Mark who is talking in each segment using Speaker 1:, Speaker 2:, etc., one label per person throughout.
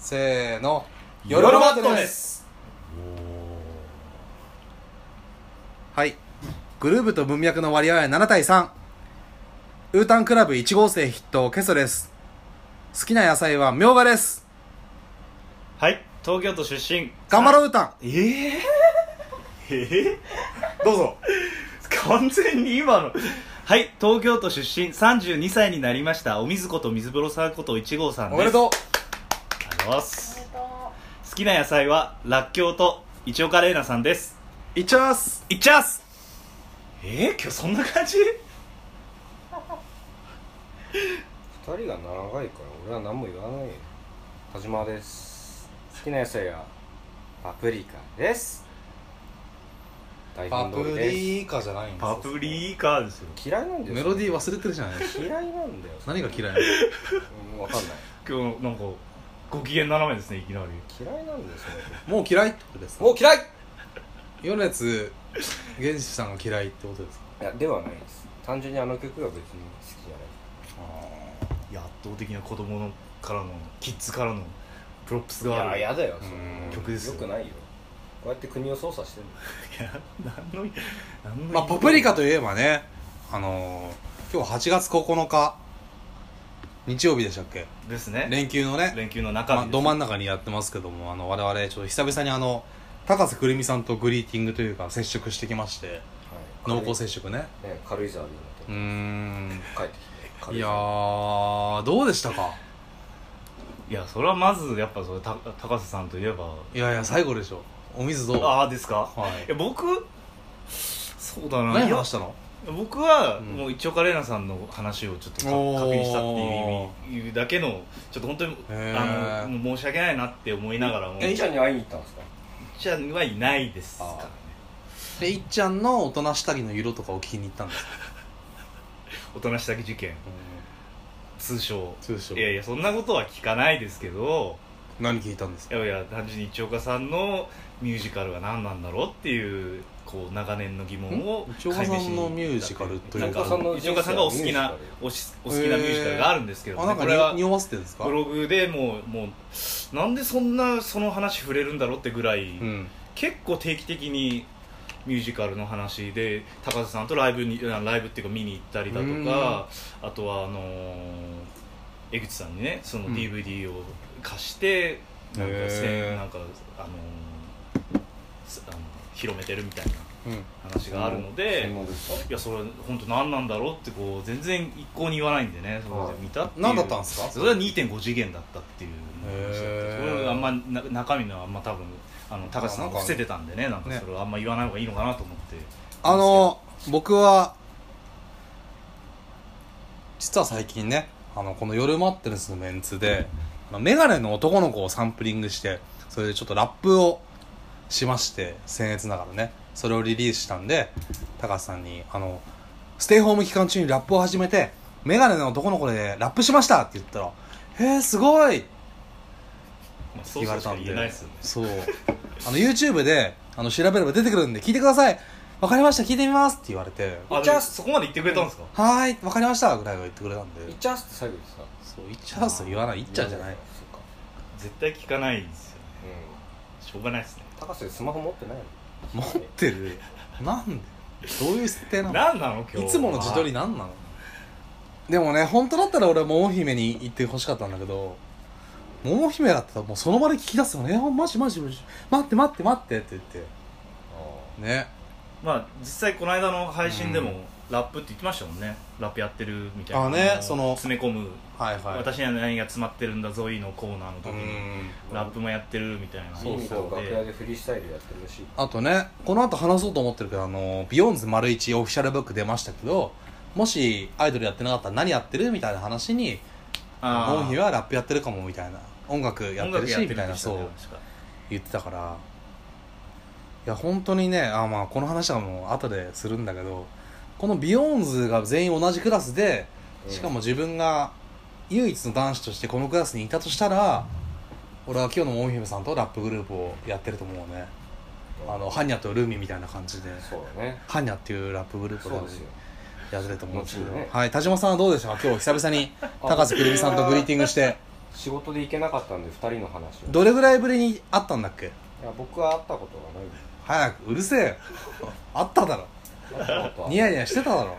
Speaker 1: せーの
Speaker 2: 夜
Speaker 1: の
Speaker 2: バットです
Speaker 1: はいグルーブと文脈の割合は7対3ウータンクラブ1号生筆頭ケソです好きな野菜はみょうがです
Speaker 2: はい東京都出身
Speaker 1: 頑張ろうウータン
Speaker 2: ええええ
Speaker 1: どうぞ
Speaker 2: 完全に今のはい東京都出身32歳になりましたお水子と水風呂さんこと1号さん
Speaker 1: お
Speaker 2: です
Speaker 1: めで
Speaker 2: う
Speaker 1: と
Speaker 2: ありがとうございます好きな野菜はらっきょうと一岡玲奈さんです
Speaker 1: ういっちゃいます
Speaker 2: いっちゃーすえー、今日そんな感じ
Speaker 3: 二人が長いから俺は何も言わないよ田島です好きな野菜がパプリカです台
Speaker 1: パ
Speaker 3: 本
Speaker 1: プ
Speaker 3: 通りで
Speaker 1: リカじゃないんです
Speaker 2: パプリカですよ
Speaker 3: す嫌いなんだよ
Speaker 1: メロディー
Speaker 3: は
Speaker 1: 忘れてるじゃない
Speaker 3: 嫌いなんだよ
Speaker 1: 何が嫌いなの
Speaker 3: うんわかんない
Speaker 2: 今日なんかご機嫌斜めですねいきなり
Speaker 3: 嫌いなんだよその
Speaker 1: もう嫌いってことですか
Speaker 3: もう嫌い
Speaker 1: 世のやつ原始さんが嫌いってことですか
Speaker 3: いやではないです単純にあの曲が別に好きじゃない
Speaker 2: いや圧倒的な子供のからのキッズからのプロップス
Speaker 3: い
Speaker 2: がある
Speaker 3: ややだよ
Speaker 1: うん
Speaker 2: 曲ですよ
Speaker 3: よくないよこうやって国を操作して
Speaker 2: い
Speaker 3: る
Speaker 2: や何の何の
Speaker 1: まあパプリカ
Speaker 2: と
Speaker 1: といえばねあのー、今日8月9日日曜日でしたっけ
Speaker 2: ですね
Speaker 1: 連休のね、
Speaker 2: 連休の中
Speaker 1: まあ、
Speaker 2: 日です
Speaker 1: ど真ん中にやってますけどもあの我々ちょっと久々にあの高瀬くるみさんとグリーティングというか接触してきまして濃
Speaker 3: の、
Speaker 1: 厚接触ね
Speaker 3: 触ね軽井沢で
Speaker 1: うー
Speaker 3: 今
Speaker 1: ん
Speaker 3: 帰ってきて軽
Speaker 1: い
Speaker 3: 井
Speaker 1: や
Speaker 3: 沢
Speaker 1: ーどうでしたか
Speaker 2: いやそれはまずやっぱそれた高瀬さんといえば
Speaker 1: いやいや最後でしょお水どう
Speaker 2: ああですか
Speaker 1: はい
Speaker 2: いや僕そうだな
Speaker 1: 何
Speaker 2: いや
Speaker 1: 話したの
Speaker 2: 僕は
Speaker 1: うん
Speaker 2: もう一応カレーナさんの話をちょっとか
Speaker 1: おー
Speaker 2: 確認したっていう意味だけのちょっと本当に
Speaker 1: へー
Speaker 2: あのもう申し訳ないなって思いながらも
Speaker 3: えいちゃんに会いに行ったんですか
Speaker 2: ちゃんはいないですからね
Speaker 1: でいっちゃんの大人下着の色とかを聞きに行ったんです
Speaker 2: 大人した事件通称
Speaker 1: 通称
Speaker 2: いやいやそんなことは聞かないですけど
Speaker 1: 何聞いたんです
Speaker 2: いやいや単純に一岡さんのミュージカルは何なんだろうっていうこう長年の疑問を
Speaker 1: ん一岡さんのミュージカルという
Speaker 3: か
Speaker 2: なんか一岡さんがお好きな
Speaker 3: ミュージカ
Speaker 2: おしお好きなミュージカルがあるんですけど、
Speaker 1: あなんか
Speaker 2: これは
Speaker 1: に匂わせてるんですか
Speaker 2: ブログでもうもうなんでそんなその話触れるんだろうってぐらい、
Speaker 1: うん
Speaker 2: 結構定期的にミュージカルの話で高瀬さんとライブにあライブっていうか見に行ったりだとかあとはあのー江口さんにねその
Speaker 1: うん
Speaker 2: DVD を貸して、なんかせ
Speaker 1: へー
Speaker 2: んなんかあのーすあの広めてるみたいな
Speaker 1: うん
Speaker 2: 話があるの
Speaker 3: ル
Speaker 2: で。
Speaker 3: 専門ですか
Speaker 2: いやそれ本当何なんだろうってこう全然一向に言わないんでねそ
Speaker 3: は
Speaker 2: れ
Speaker 3: い
Speaker 2: で見たっていう
Speaker 1: 何だったんですか
Speaker 2: それは2.5次元だったっていう話だっ
Speaker 1: へ
Speaker 2: た
Speaker 1: ー
Speaker 2: それはあんまな中身のあんま多分あの高瀬さん
Speaker 1: あなん
Speaker 2: が
Speaker 1: か
Speaker 2: 伏せてたんでねなんか
Speaker 1: ね
Speaker 2: それはあんま言わない方がいいのかなと思って
Speaker 1: あの僕は実は最近ねあのこの「夜マッテルス」のメンツであのメガネの男の子をサンプリングしてそれでちょっとラップをしまして僭越ながらねそれをリリースしたんで高瀬さんにあのステイホーム期間中にラップを始めてメガネの男の子でラップしましたって言ったら「へえすごい!」
Speaker 2: まあそう
Speaker 1: 言わ
Speaker 2: そう
Speaker 1: れ
Speaker 2: したか
Speaker 1: ん
Speaker 2: 言え
Speaker 1: で
Speaker 2: ないですよね
Speaker 1: そうあの YouTube であの調べれば出てくるんで聞いてくださいわかりました聞いてみますって言われて
Speaker 2: あで
Speaker 3: じゃ
Speaker 2: も
Speaker 3: あ
Speaker 2: そこまで言ってくれたんですか
Speaker 1: はーい、わかりましたぐらいは言ってくれたんで。
Speaker 3: イチャースって最後でさ
Speaker 1: そう、いっちゃうそう言わない、いっちゃうじゃない。
Speaker 3: そっか
Speaker 2: 絶対聞かないんですよね
Speaker 3: う
Speaker 2: しょうがないですね
Speaker 3: ん高瀬スマホ持ってないの
Speaker 1: 持ってる。なんでどういう設定なの
Speaker 2: 何なの今日
Speaker 1: いつもの自撮りなんなのでもね、本当だったら俺は桃姫に行ってほしかったんだけど、桃姫だったらもうその場で聞き出すよね。えマジマジマジ。待って待って待ってって言って。ね。
Speaker 2: まあ実際この間の配信でも、ラップって言ってましたもんねラップやってるみたいな
Speaker 1: あね
Speaker 2: の
Speaker 1: その
Speaker 2: 詰め込む
Speaker 1: はいはい。
Speaker 2: 私には何が詰まってるんだぞいのコーナーの
Speaker 1: う
Speaker 2: 時に
Speaker 1: ん。
Speaker 2: ラップもやってるみたいな
Speaker 3: そう
Speaker 2: 話
Speaker 3: そう
Speaker 2: なの
Speaker 3: 楽
Speaker 2: で
Speaker 3: 屋でフリースタイルやってるらしい
Speaker 1: あとね、この後話そうと思ってるけど、あの、ビヨンズ丸一オフィシャルブック出ましたけど、もしアイドルやってなかったら何やってるみたいな話に、
Speaker 2: あー
Speaker 1: モンヒはラップやってるかもみたいな音楽やってるしみたいなそう
Speaker 2: 音楽やってるんでしたね
Speaker 1: 言ってたからいや本当にねあまあこの話はもう後でするんだけどこのビヨーンズが全員同じクラスでしかも自分が唯一の男子としてこのクラスにいたとしたら俺は今日のモンヒムさんとラップグループをやってると思うねあのハニャとルミみたいな感じで
Speaker 3: そうだね
Speaker 1: ハニャっていうラップグループ
Speaker 3: そう
Speaker 1: を
Speaker 3: ですよ
Speaker 1: やってると思うんですけど、
Speaker 3: もちろんね
Speaker 1: はい田島さんはどうでしたか今日久々に高瀬くるみさんとグリーティングして
Speaker 3: 仕事で行けなかったんで2人の話を
Speaker 1: どれぐらいぶりに会ったんだっけ
Speaker 3: いや僕は会ったことがない
Speaker 1: 早くうるせえよ あった だろ
Speaker 3: 会ったことは
Speaker 1: ニヤニヤしてただろ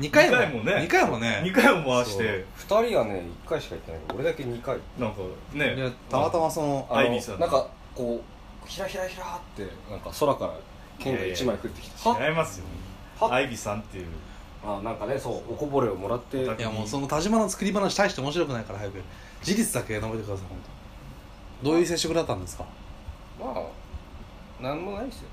Speaker 1: 2回も
Speaker 2: 二回もね
Speaker 1: 2回もね
Speaker 2: 2回も回して
Speaker 3: そう2人はね1回しか行ってないけど俺だけ2回
Speaker 2: なんか
Speaker 1: いや
Speaker 2: ね
Speaker 1: たまたまその
Speaker 2: あアイビーさん
Speaker 3: なんかこうひらひらひらってなんか空から剣が1枚降ってきたは
Speaker 2: 違いますよ
Speaker 3: は
Speaker 2: アイビーさんっていう
Speaker 3: あなんかねそうおこぼれをもらって
Speaker 2: だ
Speaker 1: いやもうその田島の作り話大して面白くないから早く事実だけ述べてください本当どういう接触だったんですか
Speaker 3: まあなんもないですよ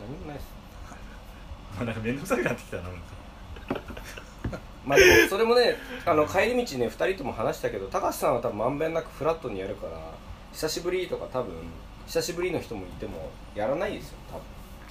Speaker 3: 何もないです
Speaker 2: なんか面倒くさくなってきたななんか
Speaker 3: まあでもそれもねあの帰り道ね2人とも話したけど高橋さんは多分まんべんなくフラットにやるから久しぶりとか多分久しぶりの人もいてもやらないですよ多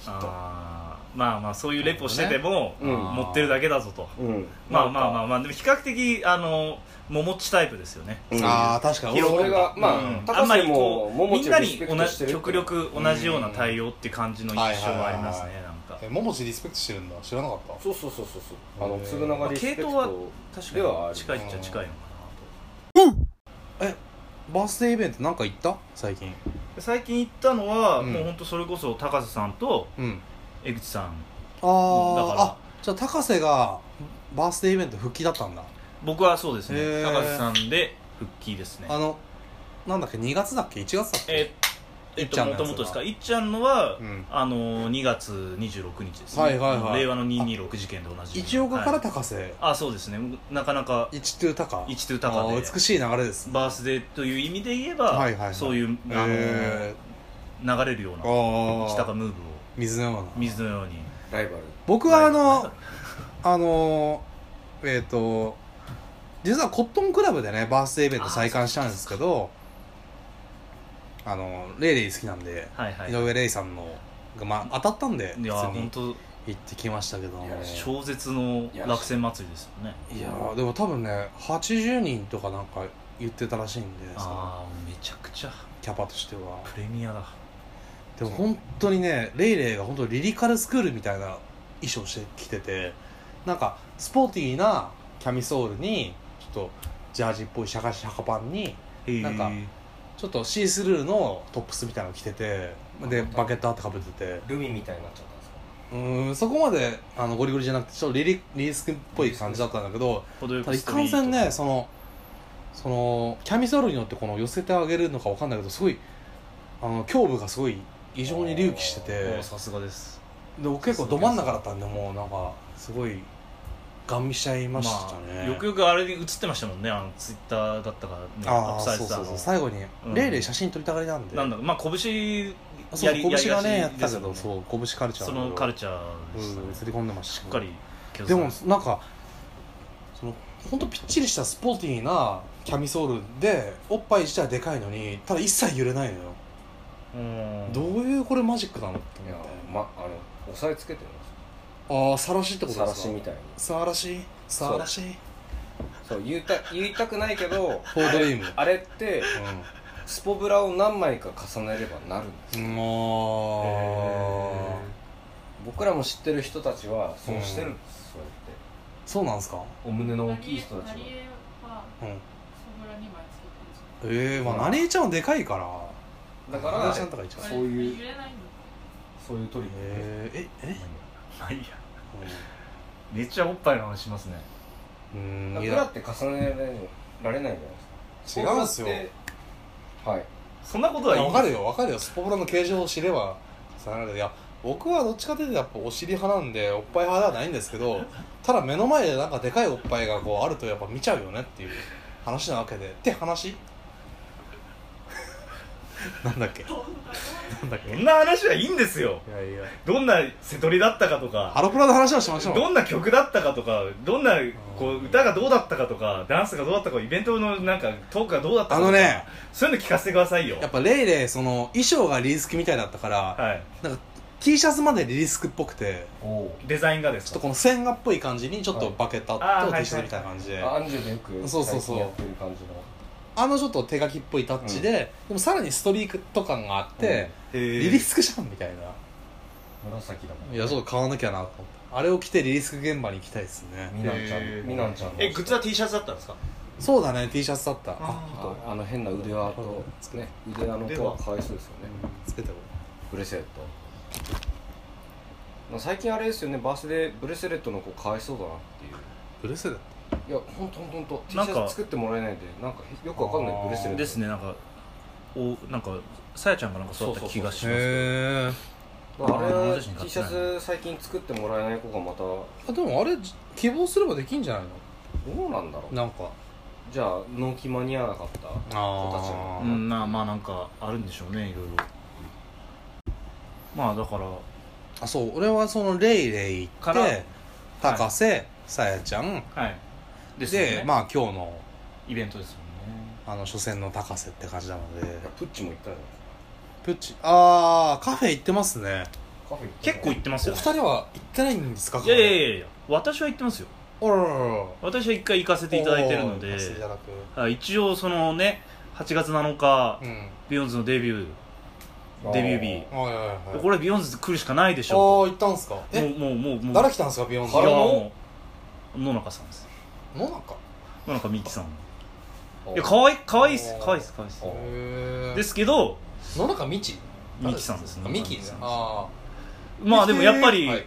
Speaker 2: あーまあまあそういうレポしてても、
Speaker 3: うん
Speaker 2: 持ってるだけだぞと
Speaker 3: 分きっとうん
Speaker 2: まあまあまあ
Speaker 3: あ
Speaker 2: まあでも比較的あの桃地タイプですよね
Speaker 1: ああ確かに
Speaker 3: それがまあ、
Speaker 2: うん
Speaker 3: 高橋
Speaker 2: んま
Speaker 3: さ
Speaker 2: り
Speaker 3: んも
Speaker 2: こう
Speaker 3: も
Speaker 2: み
Speaker 3: ち
Speaker 2: ん
Speaker 3: を
Speaker 2: な
Speaker 3: リス
Speaker 2: に
Speaker 3: ペク
Speaker 2: 同
Speaker 3: トして
Speaker 2: じ
Speaker 3: る
Speaker 2: 極力同じような対応って感じの印象はあります
Speaker 1: はいは
Speaker 2: ねなんか
Speaker 1: え桃地リスペクトしてるんだ知らなかった
Speaker 3: そうそうそうそうそうあの
Speaker 1: へー
Speaker 3: つぶながリスペク
Speaker 2: まあ
Speaker 3: ト
Speaker 2: 確
Speaker 3: では
Speaker 2: か
Speaker 3: あ
Speaker 2: に
Speaker 3: る
Speaker 2: 近いっちゃ近いのか
Speaker 1: バースデーイベントなんか行った最近
Speaker 2: なと最近行ったのは、
Speaker 1: うん
Speaker 2: もう本当それこそ高瀬さんと
Speaker 1: うん
Speaker 2: 江口さん
Speaker 1: あー
Speaker 2: だから
Speaker 1: あじゃあ高瀬がバースデーイベント復帰だったんだ
Speaker 2: 僕はそうです
Speaker 1: へ
Speaker 2: ね
Speaker 1: ー
Speaker 2: 高瀬さんで復帰ですね
Speaker 1: あのなんだっけ2月だっけ1月だっけ
Speaker 2: ええ
Speaker 1: い
Speaker 2: っ
Speaker 1: っち
Speaker 2: と
Speaker 1: ゃんの
Speaker 2: も
Speaker 1: やつ
Speaker 2: と
Speaker 1: が
Speaker 2: もとですかいっちゃんのは、
Speaker 1: うん
Speaker 2: あの2月26日ですね、
Speaker 1: はいはいはい
Speaker 2: 令和の226事件で同じ
Speaker 1: 一岡か
Speaker 2: は
Speaker 1: ら
Speaker 2: い
Speaker 1: 高瀬
Speaker 2: あそうですねなかなか
Speaker 1: 一と高
Speaker 2: 一と高
Speaker 1: あ
Speaker 2: で
Speaker 1: ー美しい流れですね
Speaker 2: バースデーという意味で言えば、
Speaker 1: はいはいはい
Speaker 2: そういうあの、
Speaker 1: え
Speaker 2: 流れるよう
Speaker 1: ー
Speaker 2: な
Speaker 1: あ
Speaker 2: 下が
Speaker 1: ー
Speaker 2: ムーブを
Speaker 1: 水のような
Speaker 2: 水のように
Speaker 3: ライバル
Speaker 1: 僕はあ
Speaker 2: ライ
Speaker 1: の あのえっ、と実はコットンクラブでねバースデーイベント再開したんですけどあのレイレイ好きなんで、
Speaker 2: はいはい
Speaker 1: 井上レイさんのが、まあ、当たったんで普
Speaker 2: いや
Speaker 1: 通に
Speaker 2: 本当
Speaker 1: 行ってきましたけども
Speaker 3: いや勝
Speaker 2: 超絶の落選祭りですよね
Speaker 1: いやーでも多分ね80人とかなんか言ってたらしいんでその
Speaker 2: ああめちゃくちゃ
Speaker 1: キャパとしては
Speaker 2: プレミアだ
Speaker 1: でも本当にねレイレイが本当リリカルスクールみたいな衣装してきててなんかスポーティーなキャミソールにちょっとジャージっぽいシャカシャカパンに
Speaker 2: へえ
Speaker 1: なんかちょっとシースルーのトップスみたいなの着ててでバケットあってかぶってて
Speaker 3: ルミみたいになっちゃったんですか
Speaker 1: うーんそこまであのゴリゴリじゃなくてちょっとリリリリースクっぽい感じだったんだけど
Speaker 2: 程よ
Speaker 1: た
Speaker 2: く
Speaker 1: だ
Speaker 2: ス
Speaker 1: い
Speaker 2: ト
Speaker 1: か
Speaker 2: リー
Speaker 1: ん
Speaker 2: ト
Speaker 1: せんねそのそのキャミソールによってこの寄せてあげるのかわかんないけどすごいあの胸部がすごい異常に隆起してて
Speaker 2: おーさすがです
Speaker 1: で僕結構ど真ん中だったんでもうなんかすごいガン見しちゃいましたね、
Speaker 2: よくよくあれに映ってましたもんねあのツイッターだったか、ね、アッ
Speaker 1: あ
Speaker 2: プ
Speaker 1: あ
Speaker 2: され
Speaker 1: そう
Speaker 2: てた
Speaker 1: そうそう
Speaker 2: う
Speaker 1: 最後に、
Speaker 2: うん
Speaker 1: レイレイ写真撮りたがりなんで
Speaker 2: なんだかまあ拳
Speaker 1: そう拳がねや
Speaker 2: や
Speaker 1: っ
Speaker 2: り
Speaker 1: てた
Speaker 2: がちで
Speaker 1: け
Speaker 2: すもん
Speaker 1: ど
Speaker 2: ね
Speaker 1: そう拳カルチャー
Speaker 2: そのカルチャーで
Speaker 1: う
Speaker 2: し
Speaker 1: ん
Speaker 2: たね、
Speaker 1: 映り込んでました
Speaker 2: し
Speaker 1: し
Speaker 2: っかり削
Speaker 1: で
Speaker 2: られ
Speaker 1: も
Speaker 2: て
Speaker 1: なんかその本当ぴっちりしたスポーティーなキャミソールでおっぱい自体はでかいのにただ一切揺れないのよ
Speaker 2: うん
Speaker 1: どういうこれマジックなのって
Speaker 3: い
Speaker 1: 思
Speaker 3: や
Speaker 1: って
Speaker 3: まあの押さえつけてるんですよ
Speaker 1: ああさらしってこと
Speaker 3: さ
Speaker 1: で
Speaker 3: ら
Speaker 1: す
Speaker 3: し
Speaker 1: か
Speaker 3: みたいに
Speaker 1: さらしさらし
Speaker 3: そう言いた言いたくないけど
Speaker 1: フォードリーム
Speaker 3: あれってスポブラを何枚か重ねればなるんです
Speaker 1: う
Speaker 3: よ
Speaker 1: んもう
Speaker 3: 僕らも知ってる人たちはそうしてるんです、そうやって
Speaker 1: そうなんですか、
Speaker 3: お胸の大きい人たちは
Speaker 4: 成りえは
Speaker 1: うん、え
Speaker 4: そこら2枚つけてるん
Speaker 1: え
Speaker 4: です
Speaker 1: ー、まあ成江ちゃんはでかいから
Speaker 3: だか
Speaker 1: 成江
Speaker 3: ら
Speaker 1: ちゃんとか一
Speaker 4: か
Speaker 1: 番
Speaker 3: そういう
Speaker 4: 揺れないんだ
Speaker 3: そういうトリックで
Speaker 1: えー、ええ
Speaker 2: まあいいやめっちゃおっぱいの話しますね
Speaker 1: うんうんい
Speaker 3: 僕ら
Speaker 1: や
Speaker 3: って重ねられないじゃないです
Speaker 1: 違
Speaker 3: か
Speaker 1: うんすよ
Speaker 3: 僕らってはい
Speaker 2: そんなことはいい
Speaker 1: 分かるよ分かるよスポブラの形状を知れば重なるけどいや僕はどっちかというとやっぱお尻派なんでおっぱい派ではないんですけ どただ目の前でなんかでかいおっぱいがこうあるとやっぱ見ちゃうよねっていう話なわけでって 話なんだっけなんだっけ
Speaker 2: そんな話はいいんですよ
Speaker 1: いやいや
Speaker 2: どんな瀬戸りだったかとか
Speaker 1: ハロプラの話をしましょう
Speaker 2: どんな曲だったかとかどんなこう歌がどうだったかとかダンスがどうだったかイベントのなんかトークがどうだったかとか
Speaker 1: あのね
Speaker 2: そういうの聞かせてくださいよ
Speaker 1: やっぱレイレイその衣装がリリースクみたいだったから、
Speaker 2: はい、
Speaker 1: なんか T シャツまでリリースクっぽくて
Speaker 3: おう
Speaker 2: デザインがで
Speaker 1: ちょ
Speaker 2: す
Speaker 1: っと
Speaker 2: か
Speaker 1: この線画っぽい感じにちょっと
Speaker 3: はい
Speaker 1: バケット
Speaker 2: あーはい
Speaker 1: と
Speaker 2: はい
Speaker 1: T シャツみたいな感じで、
Speaker 3: アンジュでよく
Speaker 1: そうそうそう
Speaker 3: 最近やってる感じの
Speaker 1: あのちょっと手書きっぽいタッチで、でもさらにストリート感があって、
Speaker 2: リ
Speaker 1: リリースクじゃんみたいな
Speaker 3: 紫だもんね
Speaker 1: いやちょっと買わなきゃなと思ってあれを着てリリースク現場に行きたいですね
Speaker 3: みなんちゃんみなんちゃんの
Speaker 2: えグッズは T シャツだったんですか
Speaker 1: そうだね T シャツだったあ
Speaker 3: あとあの変な腕輪とね腕輪の子はかわいそうですよね
Speaker 1: つけてこ
Speaker 3: ブレスレットまあ最近あれですよねバースデーブレスレットの子かわいそうだなっていう
Speaker 1: ブレスレット
Speaker 3: いやほんとほんとほんと T シ
Speaker 2: なんか
Speaker 3: ャツ作ってもらえないんでなんかよくわかんないブレスレット
Speaker 2: ですねなんかおなんかさやちゃんがなんかそうだった気がします
Speaker 1: へえ
Speaker 3: まああれ
Speaker 2: あの
Speaker 3: は
Speaker 2: 女子に買
Speaker 3: T
Speaker 2: っ
Speaker 3: シ
Speaker 2: て
Speaker 3: ャ
Speaker 2: ない
Speaker 3: ツ最近作ってもらえない子がまたど
Speaker 1: あでもあれ希望すればできんじゃないの
Speaker 3: うなんだろう
Speaker 1: なんか
Speaker 3: じゃあ納期間に合わなかった
Speaker 1: ああー
Speaker 2: うんなまあなんかあるんでしょうねいろいろまあだから
Speaker 1: あそう俺はそのレイレイ行
Speaker 2: か
Speaker 1: っ
Speaker 2: ら
Speaker 1: て高瀬さやちゃん
Speaker 2: はい
Speaker 1: で,、
Speaker 2: ですよね
Speaker 1: まあ今日の
Speaker 2: イベントですもんね
Speaker 1: あの初戦の高瀬って感じなので
Speaker 3: いやプッチも行ったよ
Speaker 1: プッチああカフェ行ってますね
Speaker 3: カフェ行ったよ
Speaker 2: 結構行ってます
Speaker 1: お
Speaker 2: よ
Speaker 1: 二
Speaker 2: ね
Speaker 1: 人は行ってないんですか
Speaker 2: いやいやいやいや私は行ってますよ
Speaker 1: あらららら
Speaker 2: 私は一回行かせていただいてるの
Speaker 1: おー
Speaker 2: で
Speaker 1: 行かせていただく
Speaker 2: はい一応そのね8月7日
Speaker 1: うん
Speaker 2: ビヨンズのデビューデビュー日
Speaker 1: はいはいはい
Speaker 2: これビヨンズ来るしかないでし
Speaker 1: ああ
Speaker 2: ょ
Speaker 1: 行ったんすか
Speaker 2: うも
Speaker 1: え
Speaker 2: うもうもうもう
Speaker 1: 誰来たんですかビヨンズ
Speaker 2: いや
Speaker 3: 原
Speaker 2: もう野中さんです
Speaker 1: 野中
Speaker 2: 野中美紀さん
Speaker 3: おー
Speaker 2: いや可愛い可愛いっす可愛いっす可愛いっす
Speaker 3: お
Speaker 1: へえ
Speaker 2: ですけど
Speaker 1: 野中美智
Speaker 2: 美紀さんですね
Speaker 1: あ美紀ね
Speaker 2: 野中美紀さん
Speaker 1: ああ
Speaker 2: まあでもやっぱり
Speaker 1: はい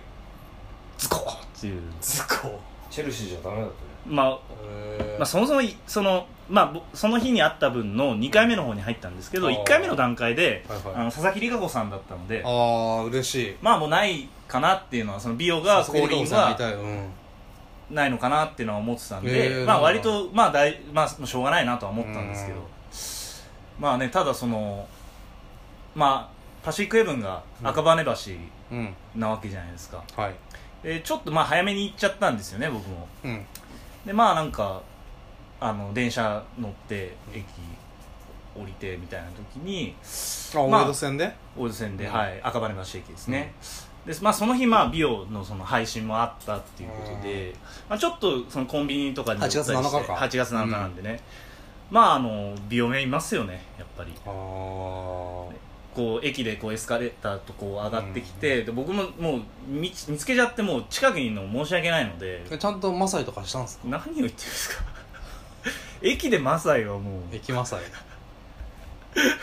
Speaker 2: ズコーっていう
Speaker 1: ズコ
Speaker 3: チェルシーじゃダメだったね
Speaker 2: まあ
Speaker 1: へえ
Speaker 2: まあそもそもいそのまあぼその日にあった分の2回目の方に入ったんですけど
Speaker 1: あー
Speaker 2: 1回目の段階で
Speaker 1: はいはい
Speaker 2: あの佐々木里香子さんだったので
Speaker 1: ああ嬉しい
Speaker 2: まあもうないかなっていうのはその美容が降臨
Speaker 1: み
Speaker 2: が
Speaker 1: たいうん
Speaker 2: ないのかなっていうのは思ってたん
Speaker 1: へ
Speaker 2: で
Speaker 1: ー
Speaker 2: まあ割とまあだいまあしょうがないなとは思ったんですけ
Speaker 1: う
Speaker 2: ど
Speaker 1: ん
Speaker 2: まあねただそのまあパシフィックヘブンが赤羽橋
Speaker 1: うん
Speaker 2: なわけじゃないですか
Speaker 1: はい
Speaker 2: でちょっとまあ早めに行っちゃったんですよね僕も
Speaker 1: うん
Speaker 2: でまあなんかあの電車乗って駅降りてみたいな時に
Speaker 1: あ
Speaker 2: まあ
Speaker 1: 大江戸線で
Speaker 2: 大津線で、
Speaker 1: うん
Speaker 2: はい、赤羽橋駅ですね、でまあ、その日、まあ、美容のその配信もあったっていうことで、まあ、ちょっとそのコンビニとかに寄ったりして
Speaker 1: 8月7日か
Speaker 2: 8月7日なんでね、まああの美容面いますよねやっぱり
Speaker 1: ああ
Speaker 2: こう駅でこうエスカレーターとこう上がってきて、で僕ももう見つ見つけちゃってもう近くにいるの申し訳ないので
Speaker 1: えちゃんとマサイとかしたんすか
Speaker 2: 何を言ってるんですか 駅でマサイはもう
Speaker 1: 駅マサイ
Speaker 3: いや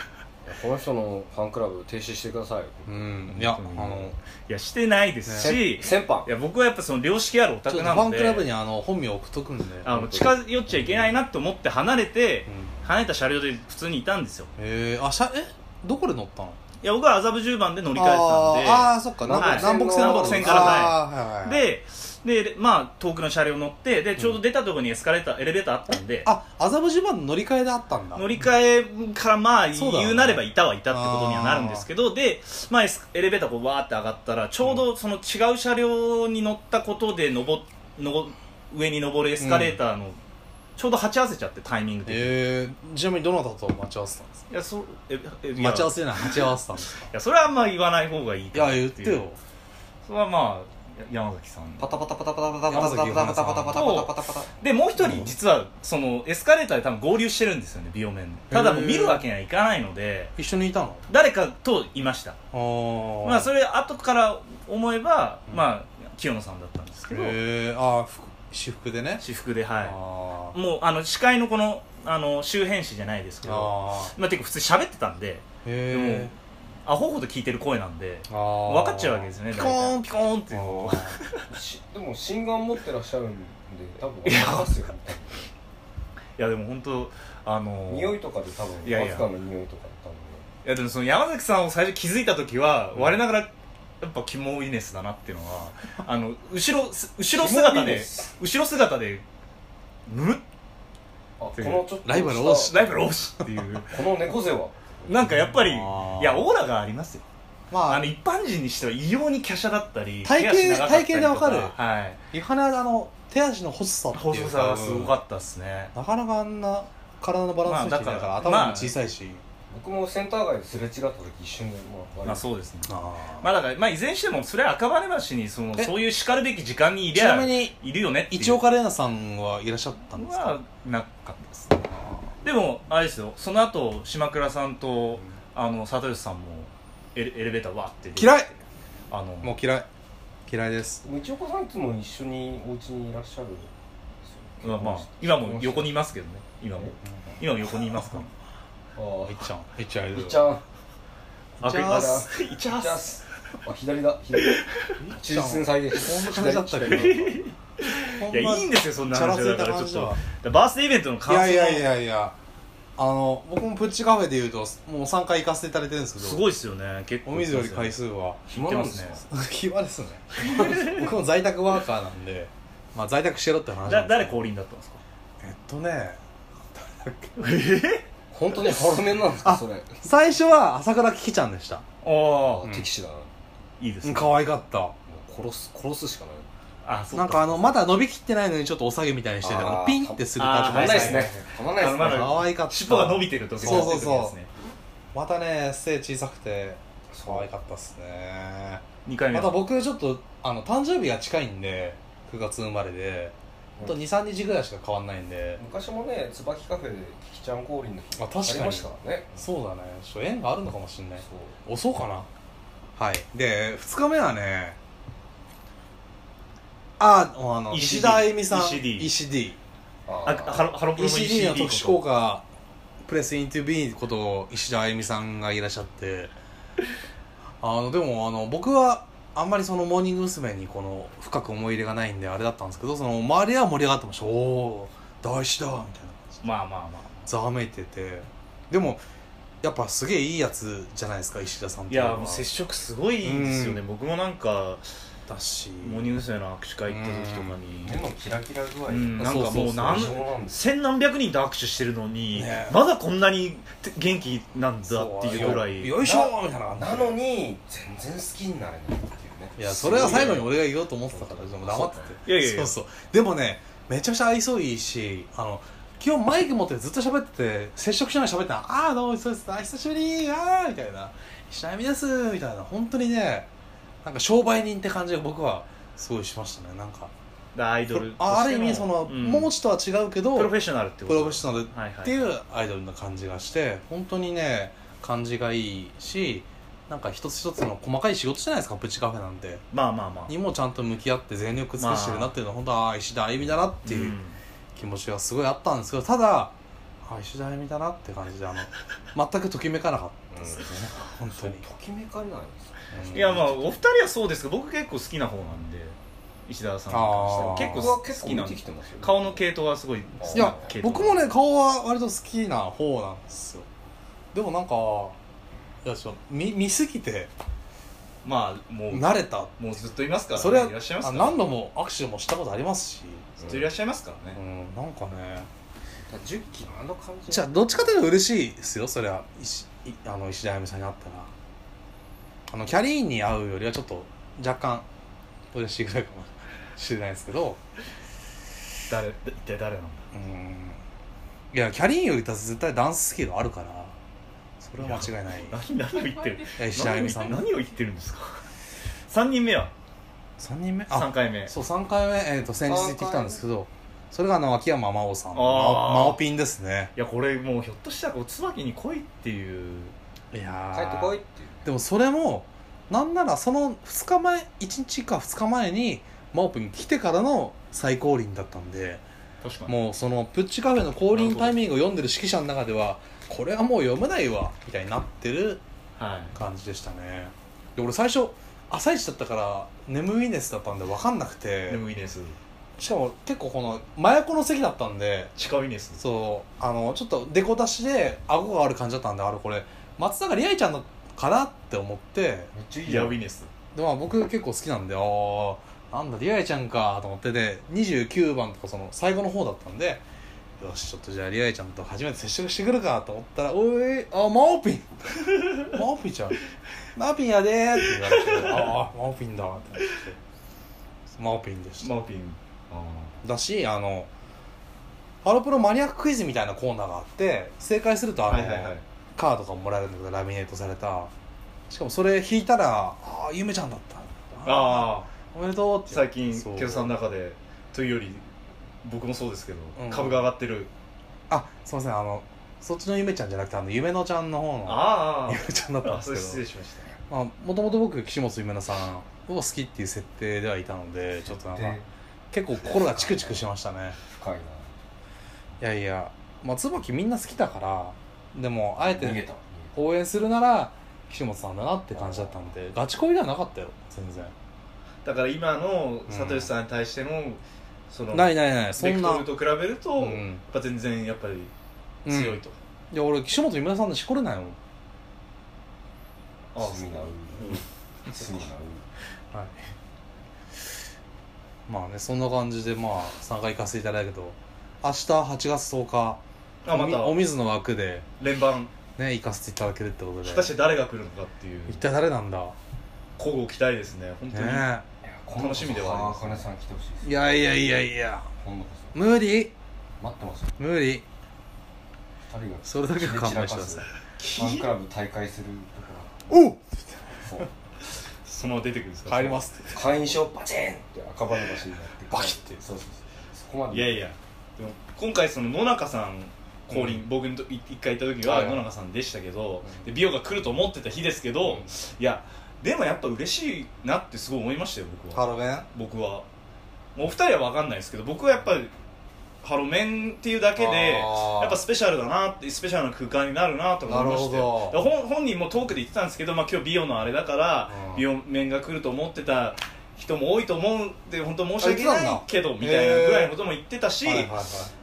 Speaker 3: この人のファンクラブ停止してくださいよ
Speaker 1: うんいやあ
Speaker 2: 本当に
Speaker 1: の
Speaker 2: いやしてないですし、
Speaker 3: 先輩
Speaker 2: いや僕はやっぱその良識あるオ
Speaker 1: ちょ
Speaker 2: タ
Speaker 1: っと
Speaker 2: ク
Speaker 1: フ
Speaker 2: なの
Speaker 1: ァ
Speaker 2: で
Speaker 1: ンクラブにあの本名送っとくんで
Speaker 2: あの近寄っちゃいけないなと思って離れて、
Speaker 1: うん
Speaker 2: 離れた車両で普通にいたんですよ
Speaker 1: へえあしゃえどこで乗ったの
Speaker 2: いや僕は麻布十番で乗
Speaker 1: 乗
Speaker 2: り換えて
Speaker 1: あー
Speaker 2: た
Speaker 1: あーそっか
Speaker 2: はい
Speaker 1: 南北南北線の
Speaker 2: 南北線から
Speaker 1: あーはい
Speaker 2: ん
Speaker 1: はいはい
Speaker 2: ででで、まあ、遠くの車両乗ってでちょうど出たところにエスカレーターエレベーターあったんで
Speaker 1: あ麻布十番の乗り換えであったんだ
Speaker 2: 乗り換えからまあ
Speaker 1: そうだよね
Speaker 2: 言うなればいたはいたってことにはなるんですけどで、まあ、エスエレベーターこうわーって上がったらちょうどその違う車両に乗ったことでのぼのぼ上に登るエスカレーターの、ちょうど鉢合わせちゃってタイミングで、
Speaker 1: えーちなみにどなたと待ち合わせたんですか
Speaker 2: いやそうええいや
Speaker 1: 待ち合わせじゃない待ち合わせたんですか
Speaker 2: いやそれはあんま言わない方がいい
Speaker 1: い
Speaker 2: か
Speaker 1: や
Speaker 2: な
Speaker 1: 言っ
Speaker 2: いう
Speaker 1: てよ
Speaker 2: それはまあや山崎さん
Speaker 3: パタパタパタパタパタパタパタパタパタパタパタパタ
Speaker 2: でもう一人実はそのエスカレーターで多分合流してるんですよね美容面でただもう見るわけにはいかないので
Speaker 1: 一緒にいたの
Speaker 2: 誰かといました
Speaker 1: あー
Speaker 2: まあそれ後から思えば、まあ清野さんだったんですけど
Speaker 1: へえああ私服でね
Speaker 2: 私服では
Speaker 1: あ
Speaker 2: いもうあの司会のこのあの周辺誌じゃないですけ
Speaker 1: ー
Speaker 2: ど
Speaker 1: あ
Speaker 2: まあていうか普通に喋ってたんで
Speaker 1: ーへえ
Speaker 2: アホほど聞いてる声なんで
Speaker 1: あー
Speaker 2: 分かっちゃうわけですよね
Speaker 1: ピコーン
Speaker 2: ンピコーンってこう
Speaker 3: でも心眼持ってらっしゃるんで多分分かりますよ
Speaker 2: いやでも本当あの
Speaker 3: 匂いとかで多分
Speaker 2: いやい
Speaker 3: マ
Speaker 2: や
Speaker 3: スカの匂いとかで多分
Speaker 2: いやでもその山崎さんを最初気づいた時は、我ながらやっぱキモイネスだなっていうの はあの後ろす後ろ姿
Speaker 3: キモイ
Speaker 2: で
Speaker 3: ネス
Speaker 2: 後ろ姿でぬるっ
Speaker 3: あこのちょっと
Speaker 1: ライバル多し
Speaker 2: ライブローしっていう
Speaker 3: この猫背は
Speaker 2: なんかやっぱりい
Speaker 1: あー
Speaker 2: やオーラがありますよ
Speaker 1: ま
Speaker 2: あ
Speaker 1: あ
Speaker 2: の一般人にしては異様に華奢だったり
Speaker 1: 体型
Speaker 2: 手足長ったりと
Speaker 1: 体型でわか
Speaker 2: はい
Speaker 1: リハナあの手足の細さっていう
Speaker 2: 細
Speaker 1: か
Speaker 2: さがすごかったですね
Speaker 1: なかなかあんな体のバランス取ってないから
Speaker 2: まあだから
Speaker 1: 頭も小さいし、
Speaker 3: 僕もセンター街ですれ違った時一瞬でま
Speaker 2: まあそうですね
Speaker 1: あー
Speaker 2: まあだからまあいずれにしてもそれは赤羽橋にその
Speaker 1: え
Speaker 2: そういうしかるべき時間にいり
Speaker 1: ちな
Speaker 2: ゃ
Speaker 1: みに
Speaker 2: いるよねっていう
Speaker 1: 一岡玲奈さんはいらっしゃったんですか
Speaker 2: はなかったですねでもあれですよその後島倉さんと、あの里吉さんもエレエレベーターわーって出て
Speaker 1: 嫌い
Speaker 2: あの
Speaker 1: もう嫌い嫌いです
Speaker 3: 道岡さんいつも一緒にお家にいらっしゃるんですよね
Speaker 2: まあまあ今も横にいますけどね今も今も横にいますから
Speaker 3: あ
Speaker 1: いっちゃんいっちゃんい
Speaker 3: あ
Speaker 1: る
Speaker 3: いっちゃんいっ
Speaker 2: あ
Speaker 1: いちゃー
Speaker 2: ますいちゃ
Speaker 3: ちゃん
Speaker 2: ー
Speaker 3: っ
Speaker 2: す
Speaker 3: すあ左だ左だ忠実に再現
Speaker 1: こんな感じだったけど
Speaker 3: 左
Speaker 2: いやいいんですよそんな話
Speaker 1: チャ
Speaker 2: は
Speaker 1: ラつい
Speaker 2: だ
Speaker 1: た
Speaker 2: からちょ
Speaker 1: 感
Speaker 2: っ
Speaker 1: じだ
Speaker 2: と
Speaker 1: わ
Speaker 2: だバースデーイベントの
Speaker 1: い
Speaker 2: 感想
Speaker 1: やいやいやいやあの僕もプチカフェで言うともう3回行かせていただいてるんですけど
Speaker 2: すごいですよね結構
Speaker 1: お水より回数は
Speaker 2: 言ってますね
Speaker 1: 暇ですね僕も在宅ワーカーなんでまあ在宅してろって話なんです
Speaker 2: だ
Speaker 1: けど
Speaker 2: 誰降臨だったんですか
Speaker 1: えっとね
Speaker 3: 本当にホロメンなんですかそれ
Speaker 1: 最初は朝倉キキちゃんでした
Speaker 2: あ
Speaker 1: うん
Speaker 3: 敵視だなも
Speaker 2: あいいですね
Speaker 1: 可愛かった
Speaker 3: う殺す殺すしかない
Speaker 2: あそう
Speaker 1: なんかあのまだ伸びきってないのにちょっとお下げみたいにしてて
Speaker 3: あー
Speaker 1: あのピンってする
Speaker 2: あ
Speaker 1: 感
Speaker 2: ー
Speaker 3: た
Speaker 1: じ
Speaker 3: まんないです
Speaker 1: はい
Speaker 3: ねたまんないです
Speaker 2: あのま
Speaker 3: ね
Speaker 2: だ
Speaker 1: 可愛かった
Speaker 2: 尻尾が伸びてる時
Speaker 1: そうそうそう
Speaker 2: 伸びてる時ですね
Speaker 1: またね背小さくて
Speaker 3: そう
Speaker 1: 可愛かったっすね
Speaker 2: 2回目
Speaker 1: また僕ちょっとあの誕生日が近いんで9月生まれでほんと23日ぐらいしか変わんないんで
Speaker 3: 昔もね椿カフェでキキちゃん降臨の日
Speaker 1: あ確かに
Speaker 3: りましたからね
Speaker 1: そうだねちょっと縁があるのかもしんない
Speaker 3: そう
Speaker 1: 押そうかなはいで2日目はねああの
Speaker 2: 石 D
Speaker 1: 石田あゆみさん
Speaker 2: 石 D
Speaker 1: 石 D
Speaker 3: あ
Speaker 2: あハロハロプロの
Speaker 1: ECD の
Speaker 2: ECD
Speaker 1: 特殊効果プレスイントゥビーこと石田あゆみさんがいらっしゃってあのでもあの僕はあんまりそのモーニング娘。にこの深く思い入れがないんであれだったんですけどその周りは盛り上がってました「おお大師だ」みたいな感じで
Speaker 2: まあまあま
Speaker 1: ざわめいててでもやっぱすげえいいやつじゃないですか石田さんっ
Speaker 2: あ
Speaker 1: て
Speaker 2: い
Speaker 1: いう
Speaker 2: や
Speaker 1: の
Speaker 2: もう
Speaker 1: は
Speaker 2: 接触すごいですよね
Speaker 1: う
Speaker 2: 僕もなんか
Speaker 1: だし
Speaker 2: モーニング娘。の握手会行った時とか
Speaker 3: 目
Speaker 2: に
Speaker 3: のキラキラ具合
Speaker 2: うんなんか
Speaker 1: そうそう
Speaker 2: もう何
Speaker 3: そうなんです
Speaker 2: 千何百人と握手してるのに
Speaker 1: ねえ
Speaker 2: まだこんなにて元気なんだっていうぐら
Speaker 1: そう
Speaker 2: い
Speaker 1: よよいしょーみたいな感じで
Speaker 3: なのに全然好きになれないっていうね
Speaker 1: いやそれは最後に俺が言おうと思ってたからでも黙ってて
Speaker 2: いやいやいや
Speaker 1: そうそうでもねめちゃくちゃ愛想いいしあの基本マイク持ってずっと喋ってて接触しながら喋ってたああどうもそうですあ久しぶりああみたいな石波ですみたいな本当にねなんか商売人って感じが僕はすごいしましたねなんか
Speaker 2: アイドルとしての
Speaker 1: あある意味その
Speaker 2: うん
Speaker 1: 桃地とは違うけど
Speaker 2: プロフェッショナルってこと
Speaker 1: プロフェッショナル
Speaker 2: はいはい
Speaker 1: っていうアイドルな感じがして本当にね感じがいいしなんか一つ一つの細かい仕事じゃないですかプチカフェなんて
Speaker 2: まあまあまあ
Speaker 1: にもちゃんと向き合って全力尽くしてるなっていうのは、本当ああ石田あゆみだなっていう気持ちがすごいあったんですけどただあ石田あゆみだなって感じであの全くときめかなかったですね、本当
Speaker 3: そう
Speaker 1: に
Speaker 3: ときめかないです
Speaker 2: うんいやまあお二人はそうですけど僕結構好きな方なんで石田さんに関しては
Speaker 1: あー
Speaker 2: 結
Speaker 3: 僕は
Speaker 2: 構
Speaker 3: 結
Speaker 2: 好
Speaker 3: 構
Speaker 2: きな
Speaker 3: 見
Speaker 2: ん
Speaker 3: て
Speaker 2: で
Speaker 3: きてますよ
Speaker 2: 顔の系統はすごい好き
Speaker 1: いや
Speaker 2: な系統
Speaker 1: 僕もね顔は割と好きな方なんですよでもなんかいやちょっと見見すぎて
Speaker 2: まあもう
Speaker 1: 慣れた
Speaker 2: もうずっといますからね
Speaker 1: それは
Speaker 2: らっしゃいます
Speaker 1: あ
Speaker 2: から
Speaker 1: 何度も握手もしたことありますし、
Speaker 2: ずっといらっしゃいますから
Speaker 1: う
Speaker 2: ね
Speaker 1: ん、なんかね
Speaker 3: 10期のあの感じ
Speaker 1: じゃあどっちかというと嬉しいですよそりゃ石いあの石田あゆみさんに会ったらあのキャリーンに会うよりはちょっと若干嬉しいぐらいかもしれないですけど
Speaker 2: 誰一体誰なんだ
Speaker 1: うんいやキャリーンよりだと絶対ダンススキルあるからそれは間違いない
Speaker 2: 何何を言ってる
Speaker 1: いや石田あゆみさん
Speaker 2: 何を何を言ってるんですか三人目は
Speaker 1: 3人目
Speaker 2: 三回目
Speaker 1: そう3回目、えー、と先日行ってきたんですけどそれがあの秋山真央さん
Speaker 2: あー
Speaker 1: 真央真央ピンですね
Speaker 2: いやこれもうひょっとしたらこう椿に来いっていう
Speaker 1: いやー
Speaker 3: 帰ってこいっていう
Speaker 1: でもそれもなんならその2日前1日か2日前にマオプに来てからの最降臨だったんで
Speaker 2: 確かに
Speaker 1: もうそのプッチカフェの降臨タイミングを読んでる指揮者の中ではこれはもう読めないわみたいになってる
Speaker 2: はい
Speaker 1: 感じでしたねで俺最初朝一だったから眠いネスだったんで分かんなくて
Speaker 2: でもいいです
Speaker 1: しかも結構この真横の席だったんで
Speaker 2: 近いです
Speaker 1: そうあのちょっとデコ出しで顎がある感じだったんであれこれ松坂里愛ちゃんのかなって思って
Speaker 3: めっちゃいい
Speaker 2: いや
Speaker 3: や
Speaker 2: ウ
Speaker 3: ん
Speaker 2: ィネス
Speaker 1: でまあ僕結構好きなんでああなんだリアイちゃんかと思ってで29番とかその最後の方だったんでよしちょっとじゃあリアイちゃんと初めて接触してくるかと思ったら「おいあマオピンマオピンちゃんマオピンやで」って言われて「ああマオピンだ」ってなってマオピンでした
Speaker 2: マーピン
Speaker 1: だしあのハロプロマニアッククイズみたいなコーナーがあって正解するとあの、
Speaker 2: はいはいはい
Speaker 1: カードがもらえるんだけどラミネートされたしかもそれ引いたら「ああゆめちゃんだった」
Speaker 2: ああ
Speaker 1: おめでとうって
Speaker 2: 最近
Speaker 1: そう
Speaker 2: ケトさんの中でというより僕もそうですけど、
Speaker 1: うん
Speaker 2: 株が上がってる
Speaker 1: あすいませんあのそっちのゆめちゃんじゃなくてあの夢のちゃんの方の
Speaker 2: あ
Speaker 1: ゆめちゃんだっ
Speaker 2: あ
Speaker 1: たん
Speaker 2: あそ
Speaker 1: で
Speaker 2: れ
Speaker 1: すけ
Speaker 2: 失礼
Speaker 1: ど
Speaker 2: しました
Speaker 1: まあもともと僕岸本ゆめのさんを好きっていう設定ではいたのでちょっとなんか結構心がチクチクしましたね
Speaker 3: 深いない
Speaker 1: やいやまあ椿みんな好きだからでもあえ
Speaker 3: 逃げ
Speaker 1: て
Speaker 3: た
Speaker 1: 応援するなら岸本さんだなって感じだったんでガチ恋ではなかったよ全然
Speaker 2: だから今のサトシさんに対しての、その
Speaker 1: ないないないそ
Speaker 2: ベク
Speaker 1: んな
Speaker 2: トルと比べると、
Speaker 1: う
Speaker 2: やっ
Speaker 1: ん
Speaker 2: ぱ全然やっぱり強いと、
Speaker 1: いや俺岸本今田さんでしこれないもん
Speaker 2: ああそ
Speaker 3: 罪
Speaker 2: う
Speaker 3: な
Speaker 2: だ
Speaker 3: 海罪な
Speaker 1: はい まあねそんな感じでまあ参加行かせていただいたけど明日8月10日
Speaker 2: あまた
Speaker 1: おお水の枠で
Speaker 2: 連番
Speaker 1: ね行かせていただけるってことで
Speaker 2: 果たして誰が来るのかっていう
Speaker 1: 一体誰なんだね
Speaker 2: 交互期待ですね本当に、
Speaker 1: え
Speaker 3: 海
Speaker 2: 楽しみではあります
Speaker 3: 金さん来てほしいです
Speaker 1: いやいやいやいや
Speaker 3: 今度こそ
Speaker 1: 無理
Speaker 3: 待ってますよ
Speaker 1: 無理
Speaker 3: 二人が
Speaker 1: それだけは勘弁してください
Speaker 3: ファンクラブ大会するとこ
Speaker 1: おう
Speaker 3: ろそう
Speaker 2: そのまま出てくるんですか
Speaker 1: 帰りますって
Speaker 3: 会員証バチンって赤羽橋になって
Speaker 1: バキッて
Speaker 3: そうそうそうそこまで
Speaker 2: いやいやでも今回その野中さん降臨、
Speaker 1: う
Speaker 2: 僕にとい一回行った時
Speaker 1: は
Speaker 2: はい
Speaker 1: はい
Speaker 2: 野中さんでしたけど、
Speaker 3: うん
Speaker 2: で美容が来ると思ってた日ですけど、
Speaker 1: うん
Speaker 2: いやでもやっぱ嬉しいなってすごい思いましたよ僕は
Speaker 1: ハロベン
Speaker 2: 僕はお二人は分かんないですけど僕はやっぱりハロメンっていうだけで
Speaker 1: あー
Speaker 2: やっぱスペシャルだなってスペシャルな空間になるなと思いまして
Speaker 1: なるほど
Speaker 2: 本本人もトークで言ってたんですけど、まあ、今日美容のあれだから
Speaker 1: うん
Speaker 2: 美容面が来ると思ってた人も多いと思うんで本当申し訳
Speaker 1: あ言ってた
Speaker 2: なんい
Speaker 1: だ
Speaker 2: けどみたいなぐらいのことも言ってたし、
Speaker 1: はいはい
Speaker 2: い
Speaker 1: は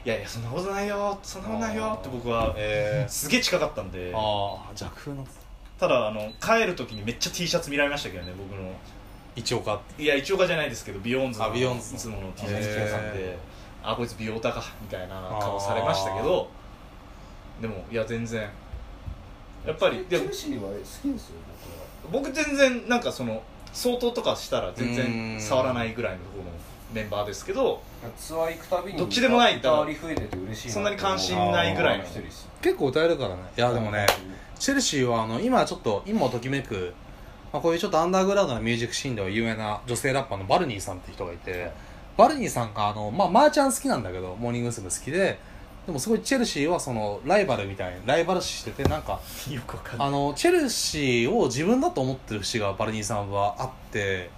Speaker 1: い
Speaker 2: やいやそんなことないよそんなことないよって僕は
Speaker 1: えー
Speaker 2: すげえ近かったんで
Speaker 1: ああ弱風の
Speaker 2: ただあの帰る時にめっちゃ T シャツ見られましたけどね僕の
Speaker 1: 一応か
Speaker 2: いや一岡じゃないですけどビヨーンズの
Speaker 1: あビヨーンズの
Speaker 2: いつもの T シャツ着てさん
Speaker 1: へ
Speaker 2: であこいつ美容タかみたいな顔されましたけどでもいや全然やっぱり
Speaker 3: チ
Speaker 2: で
Speaker 3: ェ
Speaker 2: も
Speaker 3: ルシーは好きですよ僕は
Speaker 2: 僕全然なんかその相当とかしたら全
Speaker 1: う
Speaker 2: 然
Speaker 1: ん
Speaker 2: 触らないぐらいの方のメンバーですけど
Speaker 3: ツアー行くたびに
Speaker 2: どっちでもない
Speaker 3: 歌割り増えてて嬉しい
Speaker 2: そんなに関心ないぐらいの
Speaker 3: 一人です
Speaker 1: 結構歌えるからねいやでもねチェルシーはあの今ちょっと今をときめく、まあ、こういうちょっとアンダーグラウンドなミュージックシーンでは有名な女性ラッパーのバルニーさんって人がいてバルニーさんがあの、まあ、マーチャン好きなんだけどモーニング娘。好きででもすごいチェルシーはそのライバルみたいなライバル視しててなんか
Speaker 2: よくわかんない
Speaker 1: あのチェルシーを自分だと思ってる節がバルニーさんはあって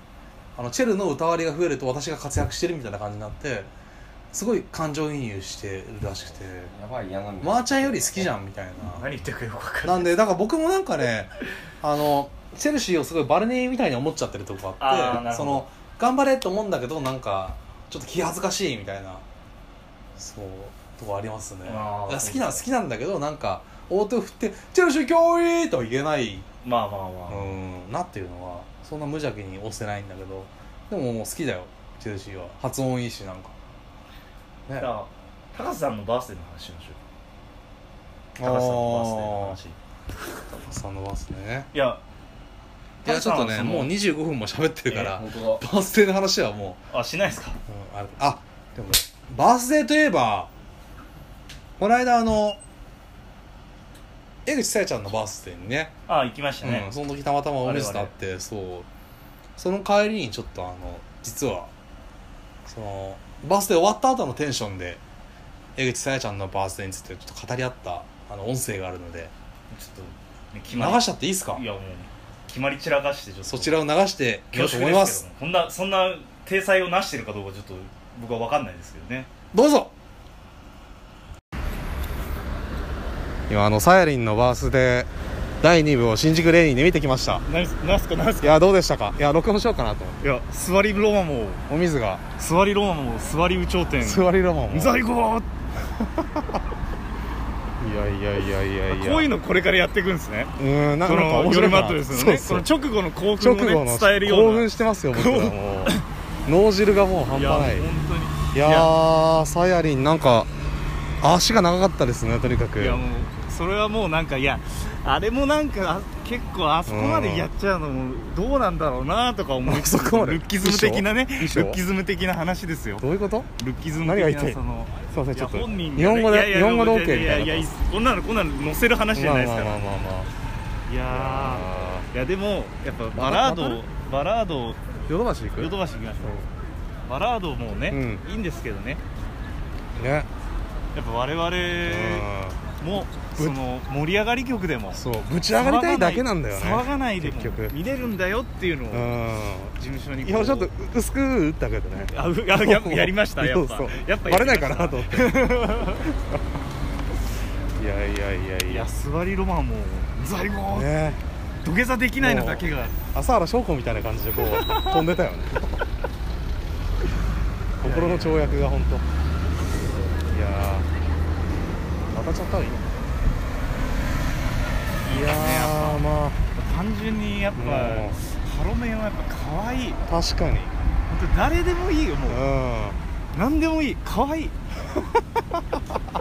Speaker 1: あのチェルの歌割りが増えると私が活躍してるみたいな感じになってすごい感情移入してるらしくて
Speaker 3: やばい嫌な
Speaker 1: マーチャンより好きじゃ
Speaker 3: ん
Speaker 1: んみたいな
Speaker 2: 何言ってるかよくわかんない
Speaker 1: なんでだから僕もなんかねあのチェルシーをすごいバルネーみたいに思っちゃってるとこ
Speaker 2: あ
Speaker 1: あ
Speaker 2: ー
Speaker 1: っ
Speaker 2: な
Speaker 1: て
Speaker 2: るほ
Speaker 1: そ
Speaker 2: ど
Speaker 1: の頑張れと思うんだけどなんかちょっと気恥ずかしいみたいなそうとこありますね
Speaker 2: あー
Speaker 1: 好きな好きなんだけどなんか大手を振って「チェルシー脅威!」とは言えない
Speaker 2: まあまあまあ、
Speaker 1: うんなっていうのはそんな無邪気に押せないんだけどでももう好きだよチェルシーは発音いいしなんかね
Speaker 2: じゃあ高瀬さんのバースデーの話しましょう高瀬さんのバースデーの話
Speaker 1: さんのバスね
Speaker 2: いや
Speaker 1: いやちょっと
Speaker 2: 高瀬
Speaker 1: ね
Speaker 2: さんはその
Speaker 1: もう25分も喋ってるから、
Speaker 3: 本当だ
Speaker 1: バースデーの話はもう
Speaker 2: あしないですか
Speaker 1: うんあれあでもバースデーといえばこの間あの江口さやちゃんのバースデーにね、
Speaker 2: あ行きましたね、
Speaker 1: うん、その時たまたまお水と会ってそうその帰りにちょっとあの実はそのバースデー終わった後のテンションで江口さやちゃんのバースデーについてちょっと語り合ったあの音声があるので
Speaker 2: ちょっと、ね、決
Speaker 1: 流
Speaker 2: ま
Speaker 1: しちゃっていいですか
Speaker 2: りいやもう決まり散らかしてちょっと
Speaker 1: そちらを流してみよ
Speaker 2: 恐
Speaker 1: うと思
Speaker 2: 縮
Speaker 1: い
Speaker 2: で
Speaker 1: ますす
Speaker 2: けどもこんなそんな体裁をなしてるかどうかちょっと僕は分かんないですけどね
Speaker 1: どうぞ今あのサヤリンのバースデー第2部を新宿レインで見てきました
Speaker 2: 何すか何す
Speaker 1: いやどうでしたかいや録音しようかなと思って
Speaker 2: いや座りロマンを
Speaker 1: お水が
Speaker 2: 座りロマンを座り有頂天
Speaker 1: 座りロマンもいや
Speaker 2: 最高
Speaker 1: いやいやいやいや
Speaker 2: こういうのこれからやっていくんですね
Speaker 1: うーんな
Speaker 2: そ
Speaker 1: なんか
Speaker 2: の
Speaker 1: 面
Speaker 2: 夜
Speaker 1: 白い
Speaker 2: マ
Speaker 1: な
Speaker 2: ットですの
Speaker 1: そう
Speaker 2: ね
Speaker 1: そ
Speaker 2: そうの直後の興奮
Speaker 1: 直後
Speaker 2: をね
Speaker 1: の
Speaker 2: 伝えるよ
Speaker 1: 興
Speaker 2: うな
Speaker 1: 奮してますよ僕らもう脳汁がもう半
Speaker 2: いや
Speaker 1: 端
Speaker 2: 本
Speaker 1: ない
Speaker 2: 当に
Speaker 1: いやーサヤリンなんか足が長かったですねとにかく
Speaker 2: いやもうそれはもうなんかいやあれもなんかあ結構あそこまでやっちゃうのもどうなんだろうなとか思いつつ
Speaker 1: あそこまで
Speaker 2: ルッキズム的なね
Speaker 1: 衣
Speaker 2: ル
Speaker 1: 装
Speaker 2: ッキズム的な話ですよ
Speaker 1: どういうこと
Speaker 2: ルッキズム
Speaker 1: 何が
Speaker 2: 的
Speaker 1: 言いた
Speaker 2: ないその
Speaker 1: すいません
Speaker 2: い
Speaker 1: ちょ
Speaker 2: や
Speaker 1: っと
Speaker 2: 本人が
Speaker 1: 日本語
Speaker 2: いやい
Speaker 1: で
Speaker 2: や
Speaker 1: 日本語で OK みた
Speaker 2: いや
Speaker 1: い
Speaker 2: いや
Speaker 1: ない
Speaker 2: やこんなのこんなの載せる話じゃないです
Speaker 1: ま
Speaker 2: から
Speaker 1: あまあまあまあまあ
Speaker 2: いやーいやでもやっぱバラードをバラードを
Speaker 1: ヨドバシ行く
Speaker 2: ヨドバシ行きましょうバラードもね
Speaker 1: う
Speaker 2: いいんですけどね
Speaker 1: ね
Speaker 2: やっぱ我々
Speaker 1: うん
Speaker 2: もその盛り上がり曲でも
Speaker 1: そうぶち上がりたいだけなんだよね
Speaker 2: 騒がないでも
Speaker 1: 結局
Speaker 2: 見れるんだよっていうの
Speaker 1: う
Speaker 2: を
Speaker 1: ん
Speaker 2: 事務所にこう
Speaker 1: いやちょっと薄く打ったけどね
Speaker 2: あうあややりましたやっぱ
Speaker 1: そうそう
Speaker 2: やっ
Speaker 1: バ
Speaker 2: ぱや
Speaker 1: レ
Speaker 2: りま
Speaker 1: な
Speaker 2: し
Speaker 1: い
Speaker 2: た
Speaker 1: かなと思っていやいやいやい
Speaker 2: い
Speaker 1: や
Speaker 2: や座りロマンも在庫、
Speaker 1: ね
Speaker 2: 土下座できないのだけが
Speaker 1: 朝原翔子みたいな感じでこう飛んでた よね心の跳躍が本当いやー渡っちゃったらいいないやーまあ
Speaker 2: 単純にやっぱ
Speaker 1: もう
Speaker 2: ハロメンはやっぱ可愛い
Speaker 1: 確かに
Speaker 2: 本当誰でもいいよも
Speaker 1: う
Speaker 2: うん何でもいい可愛い めっ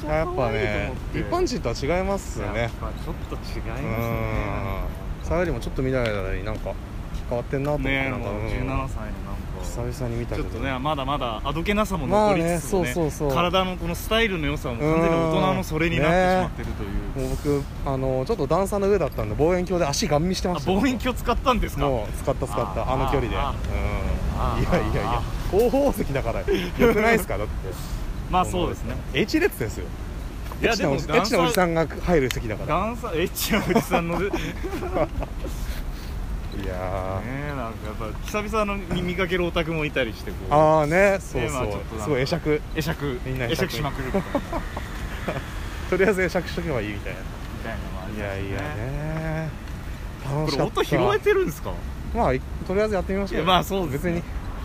Speaker 2: ち
Speaker 1: や
Speaker 2: ゃ
Speaker 1: っ
Speaker 2: 可
Speaker 1: ぱ
Speaker 2: 愛いと
Speaker 1: ね
Speaker 2: 思って
Speaker 1: 一般人とは違いますよ
Speaker 2: や
Speaker 1: ね
Speaker 2: っぱちょっと違
Speaker 1: う
Speaker 2: い
Speaker 1: ん
Speaker 2: ます
Speaker 1: さ
Speaker 2: ね
Speaker 1: よりもちょっと見ない間になんか変わってんなと思っ
Speaker 2: ね
Speaker 1: て
Speaker 2: え
Speaker 1: なんか
Speaker 2: もう
Speaker 1: うん
Speaker 2: 17歳のなんか
Speaker 1: 久々に見た
Speaker 2: ち
Speaker 1: け
Speaker 2: ょっ
Speaker 1: ど
Speaker 2: とねまだまだあどけなさも残りつつも
Speaker 1: まあね
Speaker 2: ね
Speaker 1: そうそうそう
Speaker 2: 体のこのスタイルの良さも完全に大人のそれになってしまってるという
Speaker 1: もう僕あのちょっと段差の上だったんで望遠鏡で足ガン見してま
Speaker 2: あ
Speaker 1: したよ
Speaker 2: 望遠鏡使ったんですか
Speaker 1: もう使った使ったあ
Speaker 2: あ
Speaker 1: の
Speaker 2: ー
Speaker 1: 距離で
Speaker 2: ああ
Speaker 1: うんい
Speaker 2: ー
Speaker 1: やいやいや
Speaker 2: あ
Speaker 1: 後方席だからよくないですかだって
Speaker 2: まあそうですね
Speaker 1: H 列ですよ
Speaker 2: いや
Speaker 1: H のおじ
Speaker 2: でも段差
Speaker 1: エッチなおじさんが入る席だから
Speaker 2: ダンサーエッチなおじさん のね
Speaker 1: いや
Speaker 2: えなんかやっぱ久々のに見かけるオタクもいたりしてこ
Speaker 1: ー
Speaker 2: う
Speaker 1: ああねそう
Speaker 2: ねまあちょっとなん
Speaker 1: そう
Speaker 2: か
Speaker 1: すごい会釈
Speaker 2: 会釈
Speaker 1: みんな
Speaker 2: 会
Speaker 1: 会釈
Speaker 2: 釈しまくるみたいなみ
Speaker 1: とりあえず会釈しとけばいいみたいな
Speaker 2: たいなのもあり
Speaker 1: い
Speaker 2: ま
Speaker 1: や
Speaker 2: す
Speaker 1: いやね楽
Speaker 2: こ
Speaker 1: し
Speaker 2: れ
Speaker 1: かった
Speaker 2: 音拾えてるんですか
Speaker 1: まあいとりあえずやってみましょうよ
Speaker 2: いやまあそうですね
Speaker 1: 別に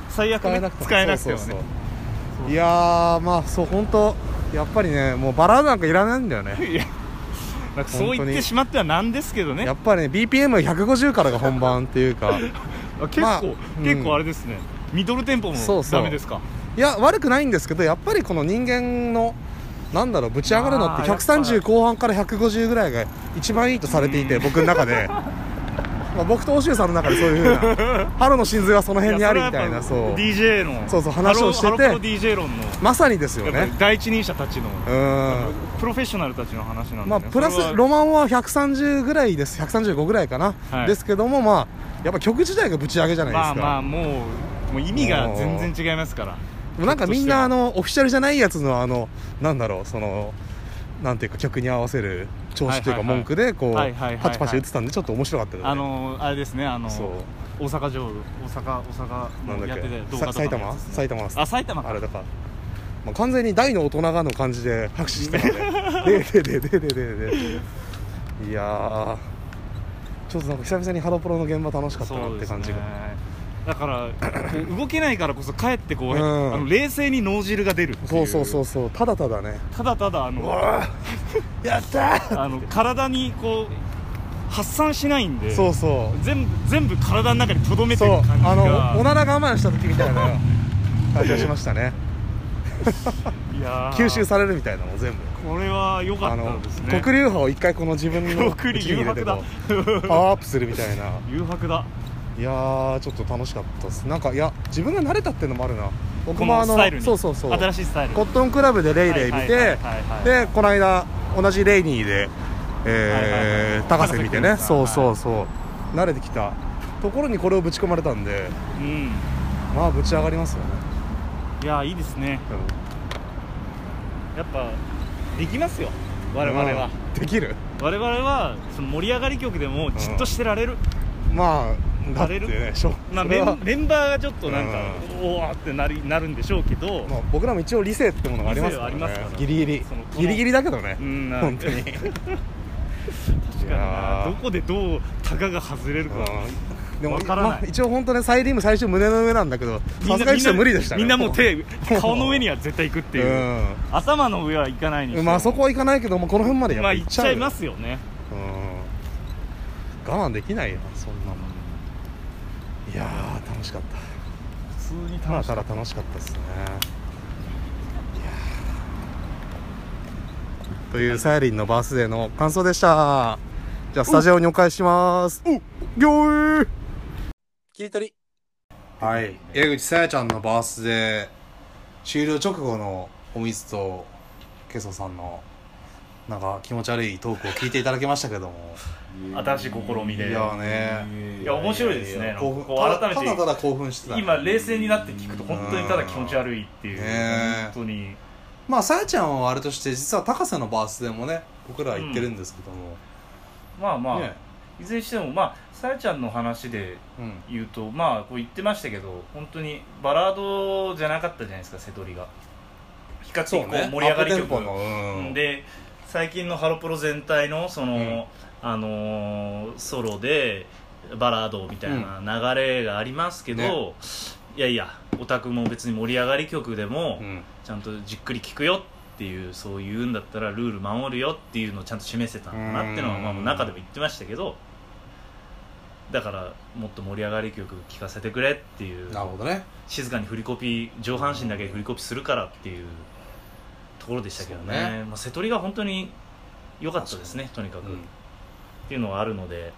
Speaker 2: 最悪
Speaker 1: 使え
Speaker 2: ね
Speaker 1: なくても
Speaker 2: 使えなくても
Speaker 1: そうそう
Speaker 2: ね
Speaker 1: そういやーまあそう本当やっぱりねもうバラなんかいらないんだよね
Speaker 2: いやなんかそう言ってしまってはなんですけどね
Speaker 1: やっぱりね BPM150 からが本番っていうか
Speaker 2: あ結構、
Speaker 1: まあ
Speaker 2: 結構あれですねミドルテンポも
Speaker 1: そうそう
Speaker 2: ダメですか
Speaker 1: いや悪くないんですけどやっぱりこの人間のなんだろうぶち上がるのって
Speaker 2: あーやっぱ
Speaker 1: 130後半から150ぐらいが一番いいとされていて僕の中で まあ僕と欧州さんの中でそういうふうな春の真髄はその辺にありみ たい
Speaker 2: や
Speaker 1: な
Speaker 2: それ
Speaker 1: そう
Speaker 2: はやっぱ DJ の
Speaker 1: そうそう話をしてて
Speaker 2: ハロハロプロ DJ 論の
Speaker 1: まさにですよ
Speaker 2: やっぱ
Speaker 1: ね
Speaker 2: り第一人者たちの
Speaker 1: うーん
Speaker 2: プロフェッショナルたちの話なんで、ね
Speaker 1: まあ、プラ
Speaker 2: それは
Speaker 1: スロマンは130ぐらいです135ぐらいかな、
Speaker 2: はい
Speaker 1: ですけどもまあやっぱ曲自体がぶち上げじゃないです
Speaker 2: ま
Speaker 1: か
Speaker 2: あ、まあもうもう意味が全然違いますから
Speaker 1: でもなんかみんなあ
Speaker 2: 曲としては
Speaker 1: のオフィシャルじゃないやつのあのなんだろうそのなんていうか曲に合わせる調子という
Speaker 2: は
Speaker 1: か
Speaker 2: いはいはい
Speaker 1: 文句でこう
Speaker 2: はいはいはいはい
Speaker 1: パチパチ打ってたんでちょっと面白かったけどね
Speaker 2: あのあれですねあの
Speaker 1: そう
Speaker 2: 大阪城大阪大
Speaker 1: なん
Speaker 2: 阪
Speaker 1: だ
Speaker 2: のや
Speaker 1: っ
Speaker 2: っ
Speaker 1: け
Speaker 2: てた動
Speaker 1: さ
Speaker 2: 画とか
Speaker 1: 埼
Speaker 2: のや
Speaker 1: 玉
Speaker 2: つですね
Speaker 1: 埼玉
Speaker 2: あ埼玉か
Speaker 1: あれだから、まあ、完全に大の大人がの感じで拍手してたの ででででででででいやーちょっとなんか久々にハロプロの現場楽しかったなって感じが、
Speaker 2: そうですねだから動けないからこそ帰ってこう、
Speaker 1: うん
Speaker 2: あの冷静に脳汁が出るっていう
Speaker 1: そうそうそうそうただただね
Speaker 2: ただただあ
Speaker 1: う
Speaker 2: の
Speaker 1: わ ーやったー
Speaker 2: あの体にこう発散しないんで
Speaker 1: そうそう
Speaker 2: 全部全部体の中にとどめて
Speaker 1: そ
Speaker 2: る
Speaker 1: う
Speaker 2: 感じが
Speaker 1: あのおなら我慢した時みたいな感じがしま したね
Speaker 2: いやー
Speaker 1: 吸収されるみたいなのも全部
Speaker 2: これは良か
Speaker 1: あ
Speaker 2: った
Speaker 1: の
Speaker 2: ですね
Speaker 1: 黒流波を一回この自分の
Speaker 2: 黒
Speaker 1: 口
Speaker 2: 竜
Speaker 1: に入れてこうパワーアップするみたいな
Speaker 2: 誘惑だ
Speaker 1: いやーちょっと楽しかったですなんかいや自分が慣れたっていうのもあるな僕
Speaker 2: こ
Speaker 1: もあ
Speaker 2: の
Speaker 1: の
Speaker 2: スタイルに
Speaker 1: そうそうそう
Speaker 2: 新しいスタイル
Speaker 1: コットンクラブでレイレイ見て
Speaker 2: はいはいはいはい
Speaker 1: でこの間同じレイニーで、
Speaker 2: はいはい
Speaker 1: え
Speaker 2: は
Speaker 1: ー、
Speaker 2: い
Speaker 1: 高瀬見てね
Speaker 2: 高瀬君
Speaker 1: そ
Speaker 2: が
Speaker 1: うそうそう、慣れてきたところにこれをぶち込まれたんで
Speaker 2: うん
Speaker 1: まあぶち上がりますよね、
Speaker 2: いやーいいですね
Speaker 1: うん
Speaker 2: やっぱできますよ我々は、
Speaker 1: うんできる
Speaker 2: 我々はその盛り上がり曲でもじっとしてられる、
Speaker 1: まあだっ
Speaker 2: な
Speaker 1: て
Speaker 2: れる
Speaker 1: ねしょ
Speaker 2: まあ、
Speaker 1: そ
Speaker 2: メ
Speaker 1: れは
Speaker 2: ンメンバーがちょっとなんか、おおってなりなるんでしょうけど、
Speaker 1: まあ、僕らも一応理性ってものがありますから,、ね
Speaker 2: 理性はありますから
Speaker 1: ギリギリ
Speaker 2: そのこの
Speaker 1: ギリギリだけどね、
Speaker 2: うんな
Speaker 1: 本当に
Speaker 2: 確
Speaker 1: いや
Speaker 2: か
Speaker 1: ー
Speaker 2: になどこでどうタガが外れるか、
Speaker 1: うんでも
Speaker 2: わからな
Speaker 1: ま
Speaker 2: い
Speaker 1: あ一応本当ねサイリウム最初胸の上なんだけど
Speaker 2: み
Speaker 1: さ
Speaker 2: ん
Speaker 1: すが
Speaker 2: な
Speaker 1: にちょっと無理でしたね
Speaker 2: みんなもう 手顔の上には絶対行くっていう、頭の上はいかないにして
Speaker 1: う
Speaker 2: も
Speaker 1: ん、まあそこはいかないけどもこの辺までやっ
Speaker 2: ま
Speaker 1: ぱ
Speaker 2: あ
Speaker 1: 行
Speaker 2: 行
Speaker 1: っ
Speaker 2: っ
Speaker 1: ち
Speaker 2: ち
Speaker 1: ゃう
Speaker 2: ゃ
Speaker 1: よ
Speaker 2: いますよね
Speaker 1: うん我慢できないよそんなもんいやー楽しかった
Speaker 2: 普通に
Speaker 1: ただ
Speaker 2: 楽しい
Speaker 1: ただ楽しかったですねいやーというさやりんのバースデーの感想でしたじゃあスタジオにお返ししますおぎょー切り取りはい江口さやちゃんのバースデー終了直後のお水とケソさんのなんか気持ち悪いトークを聞いていただきましたけども
Speaker 2: 新しい試み
Speaker 1: い
Speaker 2: で
Speaker 1: やーね
Speaker 2: いや面白いですね
Speaker 1: 興奮
Speaker 2: こう改めて
Speaker 1: ただただ興奮してた
Speaker 2: 今冷静になって聞くと本当にただ気持ち悪いっていう
Speaker 1: ねえ
Speaker 2: 本当に
Speaker 1: まあさやちゃんはあれとして実は高瀬のバースデーもね僕らは行ってるんですけども、
Speaker 2: まあまあ、
Speaker 1: ね
Speaker 2: いずれにしてもまあさやちゃんの話で
Speaker 1: うん
Speaker 2: 言うとまあこう言ってましたけど本当にバラードじゃなかったじゃないですか瀬戸りが比較的こう盛り上がり
Speaker 1: アップテンポ
Speaker 2: 曲
Speaker 1: の、うん、
Speaker 2: で最近のハロプロ全体のその、
Speaker 1: うん
Speaker 2: あのーソロでバラードみたいな流れがありますけど、
Speaker 1: ね
Speaker 2: いやいやオタクも別に盛り上がり曲でも
Speaker 1: うん
Speaker 2: ちゃんとじっくり聴くよっていうそういうんだったらルール守るよっていうのをちゃんと示せたんだなっていうのは
Speaker 1: うん
Speaker 2: まあ中でも言ってましたけどだからもっと盛り上がり曲聴かせてくれっていう
Speaker 1: なるほどね
Speaker 2: 静かに振りコピー上半身だけ振りコピーするからっていうところでしたけど
Speaker 1: そう
Speaker 2: ね
Speaker 1: ね
Speaker 2: まあ、瀬戸りが本当に良かったですねとにか
Speaker 1: う
Speaker 2: く、
Speaker 1: ん、う
Speaker 2: っ
Speaker 1: ん
Speaker 2: ていうのはあるので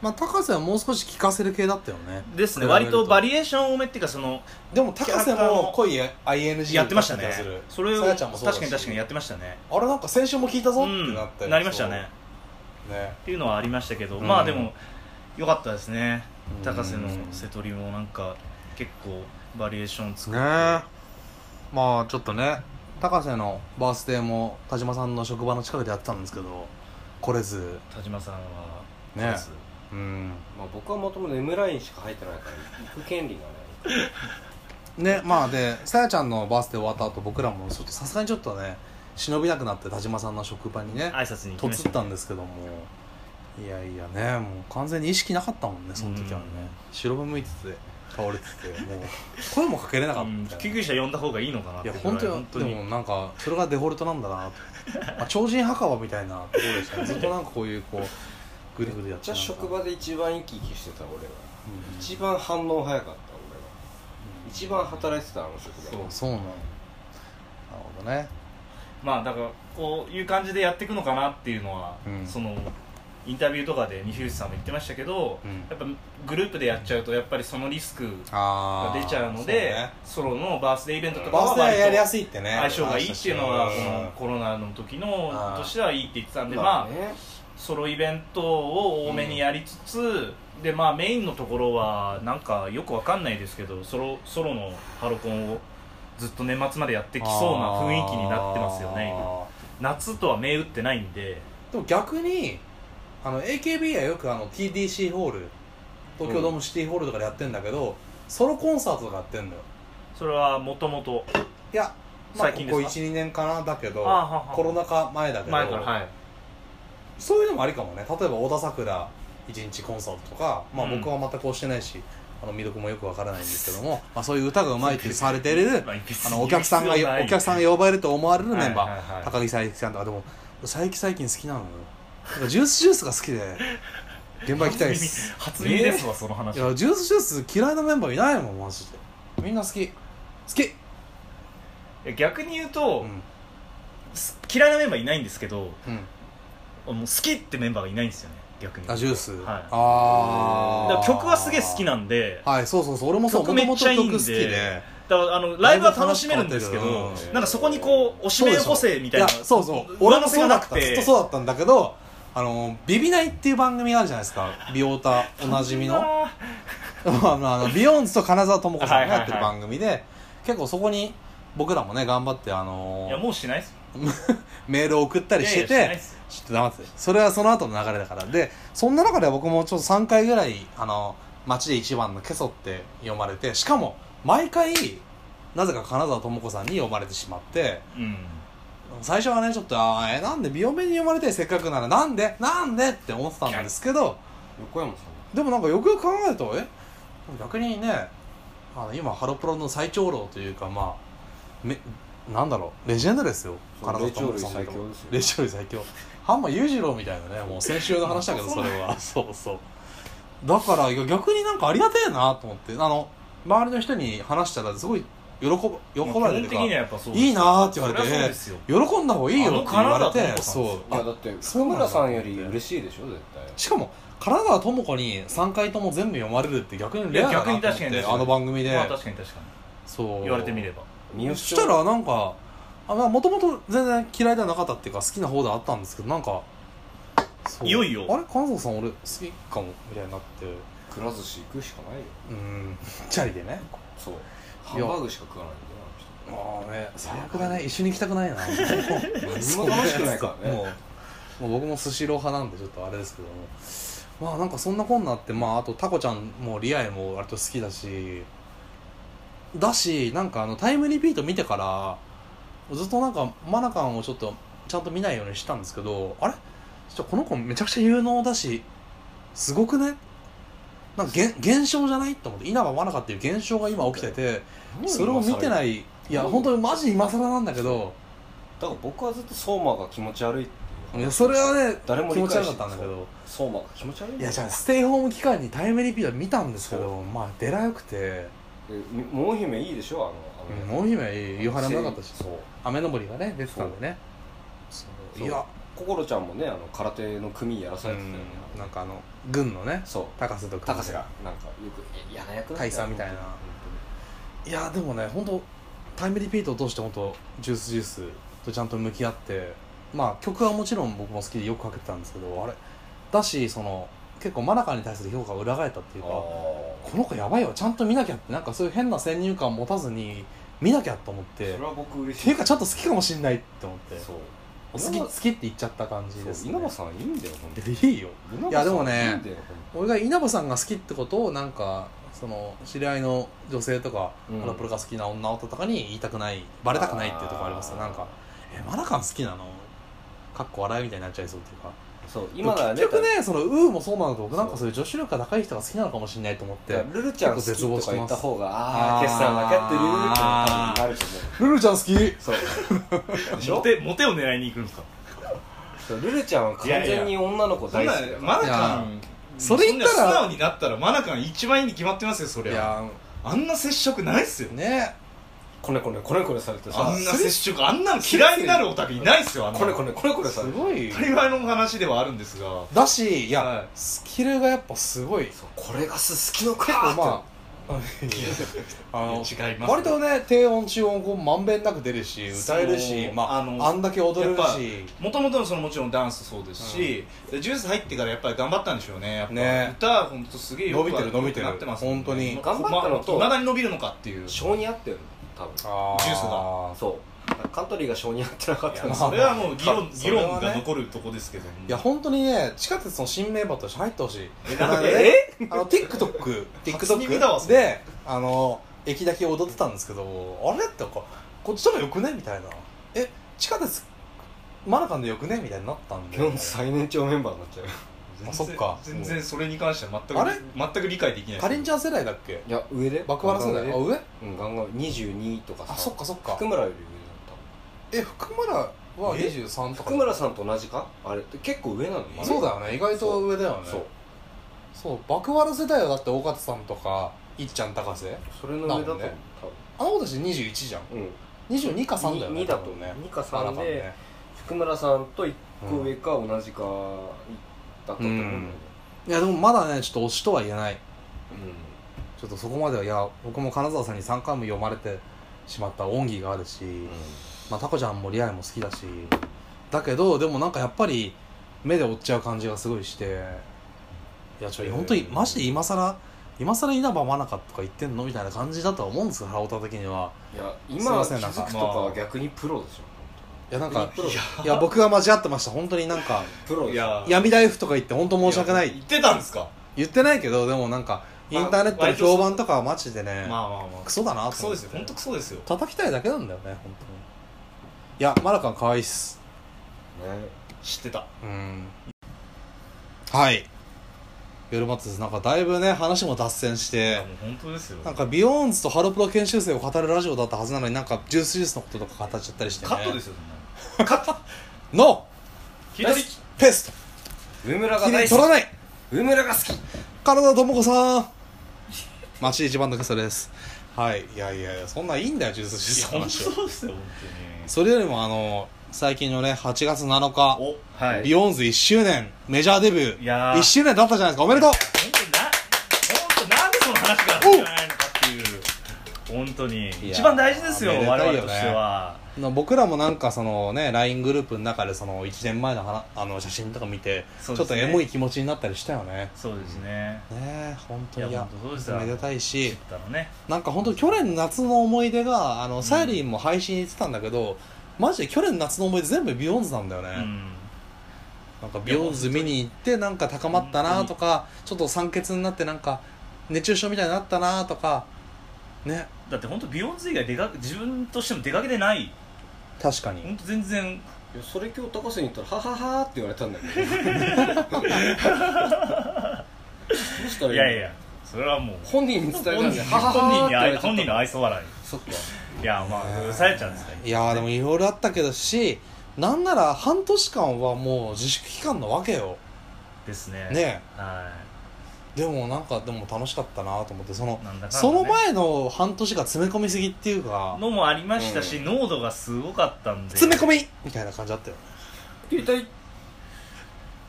Speaker 1: まあ高瀬はもう少し聞かせる系だったよね
Speaker 2: ですね
Speaker 1: 比べ
Speaker 2: 割
Speaker 1: ると
Speaker 2: とバリエーション多めっていうかその
Speaker 1: でも高瀬も濃い ING
Speaker 2: やってましたね
Speaker 1: だ気がする
Speaker 2: それを
Speaker 1: さやちゃんもそうだし
Speaker 2: 確かに確かにやってましたね
Speaker 1: あれなんか先週も聞いたぞっ
Speaker 2: う
Speaker 1: て
Speaker 2: ん
Speaker 1: なったよ
Speaker 2: なりましたね
Speaker 1: そうね
Speaker 2: っていうのはありましたけど、
Speaker 1: うん
Speaker 2: まあでも良かったですね
Speaker 1: うん
Speaker 2: 高瀬の瀬戸りもなんか結構バリエーション作って、
Speaker 1: ねまあちょっとね高瀬のバースデーも田島さんの職場の近くでやってたんですけど来れず
Speaker 2: 田島さんは
Speaker 1: ね
Speaker 2: そうです
Speaker 1: うん
Speaker 3: まあ、僕はもともと M ラインしか入ってないから行く権利がない
Speaker 1: ねまあでさやちゃんのバースデー終わった後僕らもちょっとさすがにちょっとね忍びなくなって田島さんの職場にね
Speaker 2: 挨拶に行き
Speaker 1: と
Speaker 2: ま
Speaker 1: つ
Speaker 2: し
Speaker 1: ったたんですけどもいやいやねもう完全に意識なかったもんねその時はね
Speaker 2: うん
Speaker 1: 白目向いてて倒れててもう声もかけれなかったみたいな
Speaker 2: 救急車呼んだ方がいいのかなっ
Speaker 1: い
Speaker 2: て
Speaker 1: や
Speaker 2: ぐら
Speaker 1: 本当よ
Speaker 2: 本当に
Speaker 1: でもなんかそれがデフォルトなんだなとあ超人墓場みたいなところでしたねずっとなんかこういうこうぐるぐるやっ
Speaker 3: じ
Speaker 1: て
Speaker 3: ゃ
Speaker 1: なんか
Speaker 3: 職場で一番生き生きしてた俺が
Speaker 1: うん
Speaker 3: 一番反応早かった俺が一番働いてたあの職場
Speaker 1: そうそうなのなるほどね
Speaker 2: まあだからこういう感じでやっていくのかなっていうのは、
Speaker 1: うん
Speaker 2: そのインタビューとかで西口さんも言ってましたけど、
Speaker 1: うん
Speaker 2: やっぱグループでやっちゃうとやっぱりそのリスク
Speaker 1: あ
Speaker 2: が
Speaker 1: あ
Speaker 2: 出ちゃうのでソロのバースデーイベントとか
Speaker 1: バースデーはやりや
Speaker 2: い
Speaker 1: すいってね
Speaker 2: 相性がいいっていうのは
Speaker 1: うん
Speaker 2: そのコロナの時の
Speaker 1: あー
Speaker 2: としてはいいって言ってたんで
Speaker 3: ま
Speaker 2: ま
Speaker 3: あ
Speaker 2: あ
Speaker 3: ね
Speaker 2: ソロイベントを多めにやりつつ、でまあメインのところはなんかよくわかんないですけどソロソロのハロコンをずっと年末までやってきそうな雰囲気になってますよね今
Speaker 1: あ
Speaker 2: 夏とは銘打ってないんで
Speaker 1: ーでも逆にあの AKB はよくあの TDC ホール東京ドームシティホールとかでやってんだけど、ソロコンサートとかやってんのよ
Speaker 2: それはもともと
Speaker 1: いや、まあ、
Speaker 2: 最
Speaker 1: こ
Speaker 2: 近
Speaker 1: こ
Speaker 2: ですか
Speaker 1: 12年かなだけど
Speaker 2: あはは
Speaker 1: コロナ禍前だけど
Speaker 2: 前からはい
Speaker 1: そういうのもありかもね例えば小田さくら1日コンサートとか、まあ、
Speaker 2: うん
Speaker 1: 僕は全く押してないし、あの魅力もよくわからないんですけど も、まあ、そういう歌がうまいってされているあのお客さんがお客さん
Speaker 2: が
Speaker 1: が呼ばれると思われるメンバー、
Speaker 2: はいはいはい
Speaker 1: 高木さゆきさんとかでも佐伯最近好きなのよなんかジュースジュースが好きで現場行きたいです
Speaker 2: 初耳ですわその話
Speaker 1: いやジュースジュース嫌いなメンバーいないもんマジでみんな好き好き、
Speaker 2: 逆に言うと
Speaker 1: うん
Speaker 2: す嫌いなメンバーいないんですけど
Speaker 1: うん、
Speaker 2: もう好きってメンバーがいないんですよね逆に
Speaker 1: あジュース、
Speaker 2: はい
Speaker 1: あ
Speaker 2: だから
Speaker 1: あ
Speaker 2: 曲はすげえ好きなんで
Speaker 1: はいそうそうそう俺もそう
Speaker 2: 曲めっちゃいいんで
Speaker 1: 元々曲好きで
Speaker 2: だからあのライブは楽しめるんですけ
Speaker 1: ライブは
Speaker 2: ど
Speaker 1: 楽しかったけど
Speaker 2: なんかそこにこうおしめ個性みたいな
Speaker 1: やそうそう俺
Speaker 2: 俺
Speaker 1: も
Speaker 2: のせ
Speaker 1: そう
Speaker 2: が
Speaker 1: だ
Speaker 2: な
Speaker 1: っ
Speaker 2: く
Speaker 1: たずってとそうだったんだけどあのビビナイっていう番組があるじゃないですか美容タおなじみのあのあのビヨーンズと金沢智子さんがやってる番組で、結構そこに僕らもね頑張ってあ
Speaker 2: いや
Speaker 1: の
Speaker 2: もうしないっす
Speaker 1: メールを送ったりしてて
Speaker 2: いやいやしないっす
Speaker 1: ちょっと黙っててそれはその後の流れだからでそんな中で僕もちょっと3回ぐらいあの街で一番の「ケソ」って読まれてしかも毎回なぜか金沢智子さんに読まれてしまって
Speaker 2: うん
Speaker 1: 最初はねちょっとあーえなんで美容面に読まれてせっかくならなんでなんでって思ってたんですけど
Speaker 3: 横山さ
Speaker 1: でもなんかよくよく考えるとえ逆にねあの今ハロプロの最長老というかまあめなんだろうレジェンドですよ
Speaker 3: そう
Speaker 1: 体ともさん
Speaker 3: 霊長類最強ですよ
Speaker 1: レジェンド最強ハンマー裕次郎みたいなねもう先週の話だけ どそれはそうそうだからいや逆になんかありがてえなと思ってあの周りの人に話したらすごい喜ば喜
Speaker 2: まあ基
Speaker 1: ばれ
Speaker 2: 本
Speaker 1: て
Speaker 2: 的
Speaker 1: るか
Speaker 2: にはやっぱそうです
Speaker 1: いいなーって言われ
Speaker 2: そりゃそう
Speaker 1: て
Speaker 2: ですよ
Speaker 1: 喜んだ方がいいよって言われ
Speaker 2: あの金沢智
Speaker 1: て
Speaker 2: 子さん
Speaker 1: そう
Speaker 3: いや
Speaker 1: あ
Speaker 3: だって福村さんより嬉しいでしょ絶対
Speaker 1: しかも金沢智子に3回とも全部読まれるって逆にレアだなと思っ
Speaker 2: いや逆に確か
Speaker 1: て
Speaker 2: に
Speaker 1: あの番組で
Speaker 2: まあ確かに確かに
Speaker 1: そう
Speaker 2: 言われてみれば
Speaker 3: 三
Speaker 1: そ
Speaker 3: 好
Speaker 1: したらなんかもともと全然嫌いではなかったっていうか好きな方ではあったんですけどなんかそう
Speaker 2: いよいよ
Speaker 1: あれ金沢さん俺好きかもみたいになって
Speaker 3: くら寿司行くしかないよ
Speaker 1: うんチャリでね
Speaker 3: そう
Speaker 1: い
Speaker 3: ハ
Speaker 1: や
Speaker 3: ンバーグしか食わないんだよあの
Speaker 1: も
Speaker 3: 人
Speaker 1: うね最悪だね一緒に行きたくないな
Speaker 3: 何も楽しくないからね
Speaker 1: もうもう僕もスシロー派なんでちょっとあれですけどもまあなんかそんなこんなってまああとタコちゃんもリアエも割と好きだしだしなんかあのタイムリピート見てからずっとなんかマナカンをちょっとちゃんと見ないようにしたんですけどあれちょっとこの子めちゃくちゃ有能だしすごくねなんかげん現象じゃないと思って稲葉マナカっていう現象が今起きててそれを見てないいいや本当にマジ今更なんだけど
Speaker 3: だから僕はずっと相馬が気持ち悪いって
Speaker 1: いやそれはね
Speaker 3: 誰も
Speaker 1: 気
Speaker 3: 理
Speaker 1: 持
Speaker 3: 解
Speaker 1: ち
Speaker 3: して
Speaker 1: 悪かったんだけど
Speaker 3: 相馬が気持ち悪い
Speaker 1: いやじゃあステイホーム期間にタイムリピート見たんですけどまあ出なくて
Speaker 3: え桃姫いいでしょあのあの
Speaker 1: 桃姫湯原もなかったし
Speaker 3: そう
Speaker 1: 雨のぼりがね出てたんでね
Speaker 3: そう
Speaker 1: いや
Speaker 3: 心ちゃんもねあの空手の組やらされてたよね、
Speaker 1: うんなんかあの軍のね
Speaker 3: そう
Speaker 1: 高瀬と
Speaker 3: 高瀬がなんかよく嫌な役だった
Speaker 1: 大
Speaker 3: よ
Speaker 1: 佐みたいな
Speaker 3: 本
Speaker 1: いやでもね本当タイムリピートを通して本当ジュースジュースとちゃんと向き合ってまあ曲はもちろん僕も好きでよくかけてたんですけどあれだしその結構マナカに対する評価が裏返ったってい
Speaker 3: 当
Speaker 1: う
Speaker 3: に
Speaker 1: か
Speaker 3: あー
Speaker 1: この子やばいよちゃんと見なきゃってなんかそういう変な先入観を持たずに見なきゃと思って
Speaker 3: それは僕嬉しい
Speaker 1: っていうかちゃんと好きかもしんないって思って
Speaker 3: そう
Speaker 1: 好き好きって言っちゃった感じです、
Speaker 3: そう稲葉さんいいんだよ本当に
Speaker 1: いいよ
Speaker 3: 稲葉さん
Speaker 1: いやでもね
Speaker 3: いいんだよ本
Speaker 1: 俺が稲葉さんが好きってことをなんかその知り合いの女性とか
Speaker 3: うん
Speaker 1: ハロプロが好きな女とかに言いたくないバレたくないっていうところありますよ
Speaker 3: あー
Speaker 1: なんか「えマナカン好きなの?」かっこ笑いみたいになっちゃいそうっていうか
Speaker 3: 当にそう今ならね
Speaker 1: 結局ねそのウーもそうなんだけど僕なんかそういう女子力が高い人が好きなのかもしれないと思って
Speaker 3: だからルルちゃん好き
Speaker 1: 結構絶望
Speaker 3: と
Speaker 1: して
Speaker 3: か
Speaker 1: ます
Speaker 3: 言った方がああ決算分かってるってなると思
Speaker 1: 「
Speaker 3: う
Speaker 1: ルルちゃん好き!」
Speaker 3: そうでし
Speaker 2: モ
Speaker 3: ょ
Speaker 2: テモテを狙いに行くんですか
Speaker 3: そうルルちゃんは完全に女の子
Speaker 2: そん
Speaker 3: 大好
Speaker 2: な
Speaker 3: きだよ
Speaker 2: マナカ
Speaker 1: い
Speaker 2: ン
Speaker 1: それ言ったら
Speaker 2: そんな素直になったらマナカン一番いいに決まってますよそ
Speaker 1: い
Speaker 2: りゃ
Speaker 1: や
Speaker 2: あんな接触ないっすよ
Speaker 1: ーね
Speaker 3: こねこねこねこねされて
Speaker 2: あ
Speaker 3: さ
Speaker 2: んな接触あんなの嫌いになるオタクいないっすよあんな
Speaker 3: こねこねこねこねされ
Speaker 1: す
Speaker 3: て
Speaker 1: ごい
Speaker 2: 当たり前の話ではあるんですが
Speaker 1: だしいや、
Speaker 2: はい
Speaker 1: スキルがやっぱすごい
Speaker 3: そうこれがす好きのか
Speaker 1: 結構ま
Speaker 3: って
Speaker 1: ああの
Speaker 2: いや違います
Speaker 1: 割とね低音中音こうまんべんなく出るし歌えるし
Speaker 2: そう
Speaker 1: まああ
Speaker 2: あの
Speaker 1: んだけ踊れるし
Speaker 2: もともとのそのもちろんダンスそうですし、でジュース入ってからやっぱり頑張ったんでしょうねやっぱ
Speaker 1: ね
Speaker 2: 歌本当すげえよ
Speaker 1: 伸
Speaker 2: く
Speaker 1: びてる伸びてる
Speaker 2: なってますもん
Speaker 1: 本
Speaker 2: ね
Speaker 1: 当に
Speaker 3: 頑張ったのと
Speaker 2: まだに伸びるのかっていう
Speaker 3: 性に合ってる多分
Speaker 1: あ
Speaker 2: ジュースが
Speaker 3: そうカントリーが性に合ってなかったんです
Speaker 1: まあ
Speaker 2: それはもう議論,、
Speaker 1: か
Speaker 2: 議論が残るとこですけども
Speaker 1: いや本当にね地下鉄の新名馬として入ってほしい
Speaker 2: え
Speaker 1: あ
Speaker 2: な
Speaker 1: の
Speaker 2: ん
Speaker 1: ね
Speaker 2: で
Speaker 1: あの TikTok
Speaker 2: 初耳だわ
Speaker 1: TikTok
Speaker 2: それ
Speaker 1: であの駅だけ踊ってたんですけどあれってかこっちの方がよくねみたいなえ地下鉄マナカンでよくねみたいになったんで
Speaker 3: 日本最年長メンバーになっちゃう
Speaker 2: 全然
Speaker 1: あそっか
Speaker 2: 全然それに関しては全く
Speaker 1: あれ
Speaker 2: 全く理解できない
Speaker 1: カリンちゃん世代だっけ
Speaker 3: いや上で
Speaker 1: 爆笑世代あ
Speaker 3: う
Speaker 1: 上
Speaker 3: んガンガン22とかさ
Speaker 1: あそっかそっか
Speaker 3: 福村より上だっ
Speaker 1: え福村は
Speaker 3: え
Speaker 1: 23
Speaker 3: た
Speaker 1: とか
Speaker 3: 福村さんと同じかあれ結構上なの
Speaker 1: そうだ
Speaker 3: よ
Speaker 1: よね意外と上だよね
Speaker 3: そう
Speaker 1: そう爆笑世代はだって大方さんとかいっちゃん高瀬
Speaker 3: それの上だ
Speaker 1: な
Speaker 3: と思う
Speaker 1: るねあの子たち21じゃん
Speaker 3: 多分うん
Speaker 1: 22か3だよね
Speaker 3: 2だと
Speaker 1: 多分ね
Speaker 3: 2か
Speaker 1: マラ
Speaker 3: 3
Speaker 1: カン
Speaker 3: で
Speaker 1: ね
Speaker 3: 福村さんと1個
Speaker 1: うん
Speaker 3: 上か同じかだったと思うんだよね
Speaker 1: いやでもまだねちょっと推しとは言えない
Speaker 3: うん
Speaker 1: ちょっとそこまではいや僕も金沢さんに3回も読まれてしまった恩義があるし、まあタコちゃんもリアイも好きだしだけどでもなんかやっぱり目で追っちゃう感じがすごいしていやちょ
Speaker 3: えー
Speaker 1: 本当にマジで今更今更稲葉真中とか言ってんのみたいな感じだとは思うんですよ腹オタ的にはい
Speaker 3: や
Speaker 1: すい
Speaker 3: 今
Speaker 1: ま
Speaker 3: 気
Speaker 1: せんなんか
Speaker 3: づくとかは逆にプロでしょ
Speaker 1: いやなんか
Speaker 3: プロ
Speaker 1: いや僕が間違ってました本当になんか
Speaker 3: プロ
Speaker 2: い
Speaker 3: でしょ
Speaker 2: や
Speaker 1: 闇大夫とか言って本当申し訳ない
Speaker 2: 言ってたんですか
Speaker 1: 言ってないけどでもなんかインターネットの評判とかはマジでね、
Speaker 2: まあまあまあ
Speaker 1: クソだなと思って
Speaker 2: クソですよ本当クソですよ
Speaker 1: 叩きたいだけなんだよね本当にいやマラカン可愛いっす
Speaker 3: ね
Speaker 2: 知ってた
Speaker 1: うんはい夜マットですなんかだいぶね話も脱線し
Speaker 2: いや
Speaker 1: て
Speaker 2: もう本当ですよ
Speaker 1: なんかビヨーンズとハロプロ研修生を語るラジオだったはずなのになんかジュースジュースのこととか語っちゃったりして、ね、
Speaker 2: カットですすよそんな の
Speaker 1: ノ
Speaker 2: 聞いた時
Speaker 1: ーペス
Speaker 3: 上村
Speaker 1: ト
Speaker 3: が
Speaker 1: 切り
Speaker 3: 大
Speaker 1: 取ら
Speaker 3: 好き
Speaker 1: ない
Speaker 3: 上村が好き
Speaker 1: 体ともこさん町一番のクソですはいいやいやいやそんなんいいんだよジュース
Speaker 2: い
Speaker 1: ジュー
Speaker 2: や
Speaker 1: スの話
Speaker 2: 本
Speaker 1: は
Speaker 2: 当ですよ本
Speaker 1: それよりもあの最近のね8月7日
Speaker 2: 当におは
Speaker 1: ビヨーンズ1周年メジャーデビュー
Speaker 2: いやー
Speaker 1: 1周年だったじゃないですかおめでとう
Speaker 2: 本当な本当なんでその話が始まらないのかっていう本当に
Speaker 1: いや
Speaker 2: 一番大事ですよ
Speaker 1: めで
Speaker 2: 我
Speaker 1: たいよね
Speaker 2: 々としては
Speaker 1: の僕らもなんかそのね LINE グループの中でその1年前の話あの写真とか見て、ち
Speaker 2: そ
Speaker 1: ょ
Speaker 2: う
Speaker 1: っ
Speaker 2: ですね
Speaker 1: とエモい気持ちになったりしたよね
Speaker 2: そうですね
Speaker 1: ねえ本当に
Speaker 2: いや本当そうですよ
Speaker 1: めでたいし
Speaker 2: だのね
Speaker 1: なんか本当去年夏の思い出があのサイリンも配信してたんだけど、マジで去年夏の思い出全部ビヨンズなんだよね、
Speaker 2: うん
Speaker 1: なんかビヨンズ見に行ってなんか高まったなとかちょっと酸欠になってなんか熱中症みたいになったなとかね
Speaker 2: だって本当ビヨンズ以外出かけ自分としても出かけてない
Speaker 1: 確かに
Speaker 2: 本当全然
Speaker 3: いやそれ今日高瀬に言ったら「ははは」って言われたんだ けどどうしたらい
Speaker 2: い
Speaker 3: い
Speaker 2: やいやそれはもう
Speaker 3: 本人に伝えたん
Speaker 2: 本
Speaker 3: で
Speaker 2: 人
Speaker 3: 「ははは」っ
Speaker 2: 本人に
Speaker 3: て言わ
Speaker 2: 愛
Speaker 3: れちゃった
Speaker 2: 本人の愛想笑
Speaker 3: そっか
Speaker 2: いいやまあさやちゃんですから
Speaker 1: いやーでもいろいろあったけどしなんなら半年間はもう自粛期間なわけよ
Speaker 2: ですね
Speaker 1: ね
Speaker 2: は
Speaker 1: でもなんかでも楽しかったなと思ってその
Speaker 2: いなんだかんだね
Speaker 1: その前の半年が詰め込みすぎっていうか
Speaker 2: のもありましたし、濃度がすごかったんで
Speaker 1: 詰め込みみたいな感じだったよ
Speaker 3: 携帯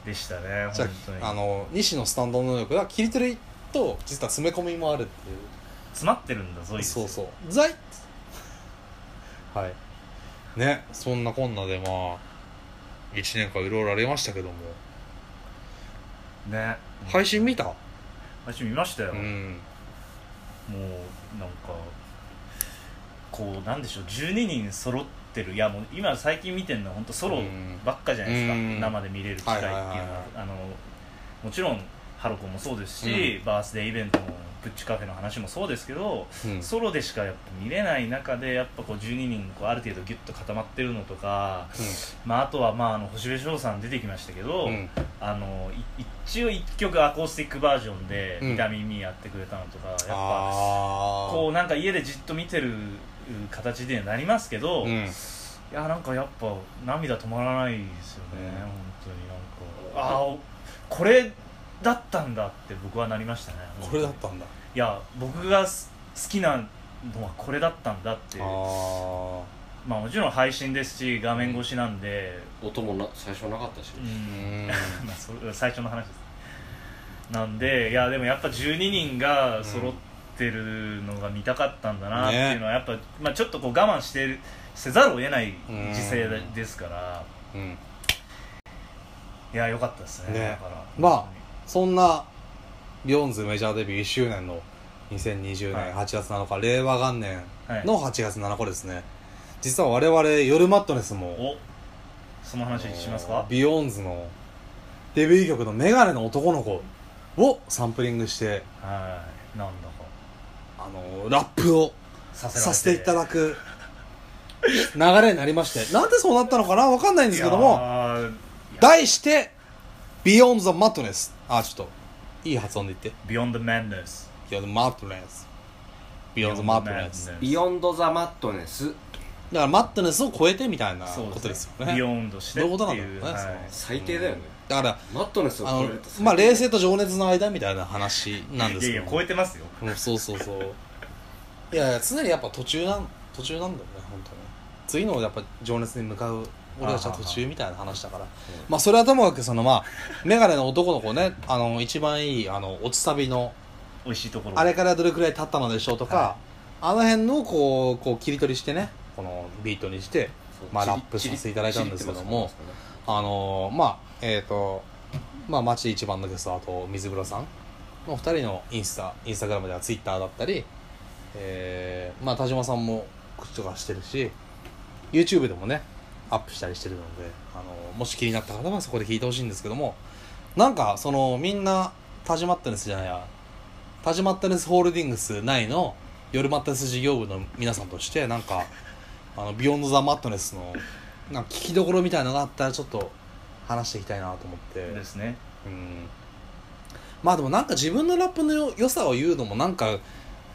Speaker 2: でしたね
Speaker 1: じゃ
Speaker 2: 本当に
Speaker 1: ああの西のスタンド能力が切り取りと実は詰め込みもあるっていう
Speaker 2: 詰まってるんだぞ
Speaker 1: そうそう在 はいねそんなこんなでまあ1年間いろいろありましたけども
Speaker 2: うね
Speaker 1: 配信見た
Speaker 2: 配信見ましたよ、
Speaker 1: うん
Speaker 2: もうなんかこうなんでしょう12人揃ってるいやもう今最近見てるのは本当ソロばっかじゃないですか、
Speaker 1: うん
Speaker 2: 生で見れる機会っていうのは,、
Speaker 1: はいはいはいはい
Speaker 2: あのもちろんハロコンもそうですし、バースデーイベントもプッチカフェの話もそうですけど、
Speaker 1: うん
Speaker 2: ソロでしかやっぱ見れない中でやっぱこう12人こうある程度ギュッと固まってるのとか、まあ、あとはまああの星部翔さん出てきましたけど、
Speaker 1: うん
Speaker 2: あのい一応1曲アコースティックバージョンで「
Speaker 1: うん
Speaker 2: ビタミンミーやってくれたのとかやっぱ
Speaker 1: あー
Speaker 2: こうなんか家でじっと見てる形にはなりますけど、
Speaker 1: う
Speaker 2: い
Speaker 1: ん
Speaker 2: やなんかやっぱ涙止まらないですよね、
Speaker 1: うん
Speaker 2: 本当になんかああおこれだったんだって僕はなりましたね
Speaker 1: これだったんだ
Speaker 2: いや僕がす好きなのはこれだったんだって
Speaker 1: あー
Speaker 2: まあもちろん配信ですし画面越しなんで、
Speaker 3: 音もな最初なかったし
Speaker 1: う
Speaker 2: う
Speaker 1: ん
Speaker 2: ん まあ、それ最初の話ですなんでいやでもやっぱ12人が揃ってるのが見たかったんだなっていうのはやっぱ、まあ、ちょっとこう我慢してるせざるを得ない時勢で
Speaker 1: うん
Speaker 2: ですから
Speaker 1: うん
Speaker 2: いや良かったです
Speaker 1: ね
Speaker 2: ねだから
Speaker 1: まあそんなビヨンズメジャーデビュー1周年の2020
Speaker 2: は
Speaker 1: 年
Speaker 2: い
Speaker 1: 8月7日、令和元年
Speaker 2: はい
Speaker 1: の8月7日ですね、実は我々夜マットネスも
Speaker 2: おその話します
Speaker 1: あ
Speaker 2: か
Speaker 1: のビヨーンズのデビュー曲の「メガネの男の子」をサンプリングして
Speaker 2: はいなんだか
Speaker 1: あのラップを
Speaker 2: さ
Speaker 1: させていた
Speaker 2: だ
Speaker 1: だく流れになりましてなんでそうなったのかなわかんないんですけども題して「ビヨーンズ・マットネス」あちょっといい発音で言って
Speaker 2: 「Beyond the Madness」
Speaker 1: 「ビヨーンズ・マットネス」「ビヨーンズ・マットネス」
Speaker 3: 「ビヨンド・ザ・マットネス
Speaker 1: だからマットネスを超えてみたいな
Speaker 2: そう
Speaker 1: ことですよ
Speaker 2: ビ
Speaker 1: ね
Speaker 2: ヨンドしてっていう
Speaker 1: どういうことなんだろうね
Speaker 2: はい」
Speaker 3: 最低だよね、
Speaker 1: だから
Speaker 3: マットネスを
Speaker 1: あ
Speaker 3: 超え
Speaker 1: の
Speaker 3: ると最低
Speaker 1: まあ冷静と情熱の間みたいな話なんです
Speaker 2: い
Speaker 1: けど
Speaker 2: やいや超えてますよ
Speaker 1: うんそうそうそういやいや常にやっぱ途中なん途中なんだよね本当に次のやっぱ情熱に向かう俺たちは途中みたいな話だからまあそれはともかくそのまあ眼鏡の男の子ねあの一番いいあの落ちサビの
Speaker 2: 美味しいところ
Speaker 1: あれからどれくらい経ったのでしょうとか、
Speaker 2: は
Speaker 1: あの辺のこうこう切り取りしてねこのビートにして
Speaker 3: そう
Speaker 1: まあ
Speaker 3: チリ
Speaker 1: ラップさせていただいたんですけども
Speaker 3: チリってますね
Speaker 1: あのーまあえっ、とまあ街で一番のゲストあと水風呂さんの2人のインスタインスタグラムではツイッターだったりえーまあ田島さんも口とかしてるし YouTube でもねアップしたりしてるので、あのーもし気になった方はそこで聞いてほしいんですけどもなんかそのみんな田島ってネスじゃないや田島ってネスホールディングス内の夜マットネス事業部の皆さんとしてなんかあのビヨンド・ザ・マットネスのなんか聞きどころみたいなのがあったらちょっと話していきたいなと思って
Speaker 2: ですね
Speaker 1: うんまあでもなんか自分のラップのよ良さを言うのもなんか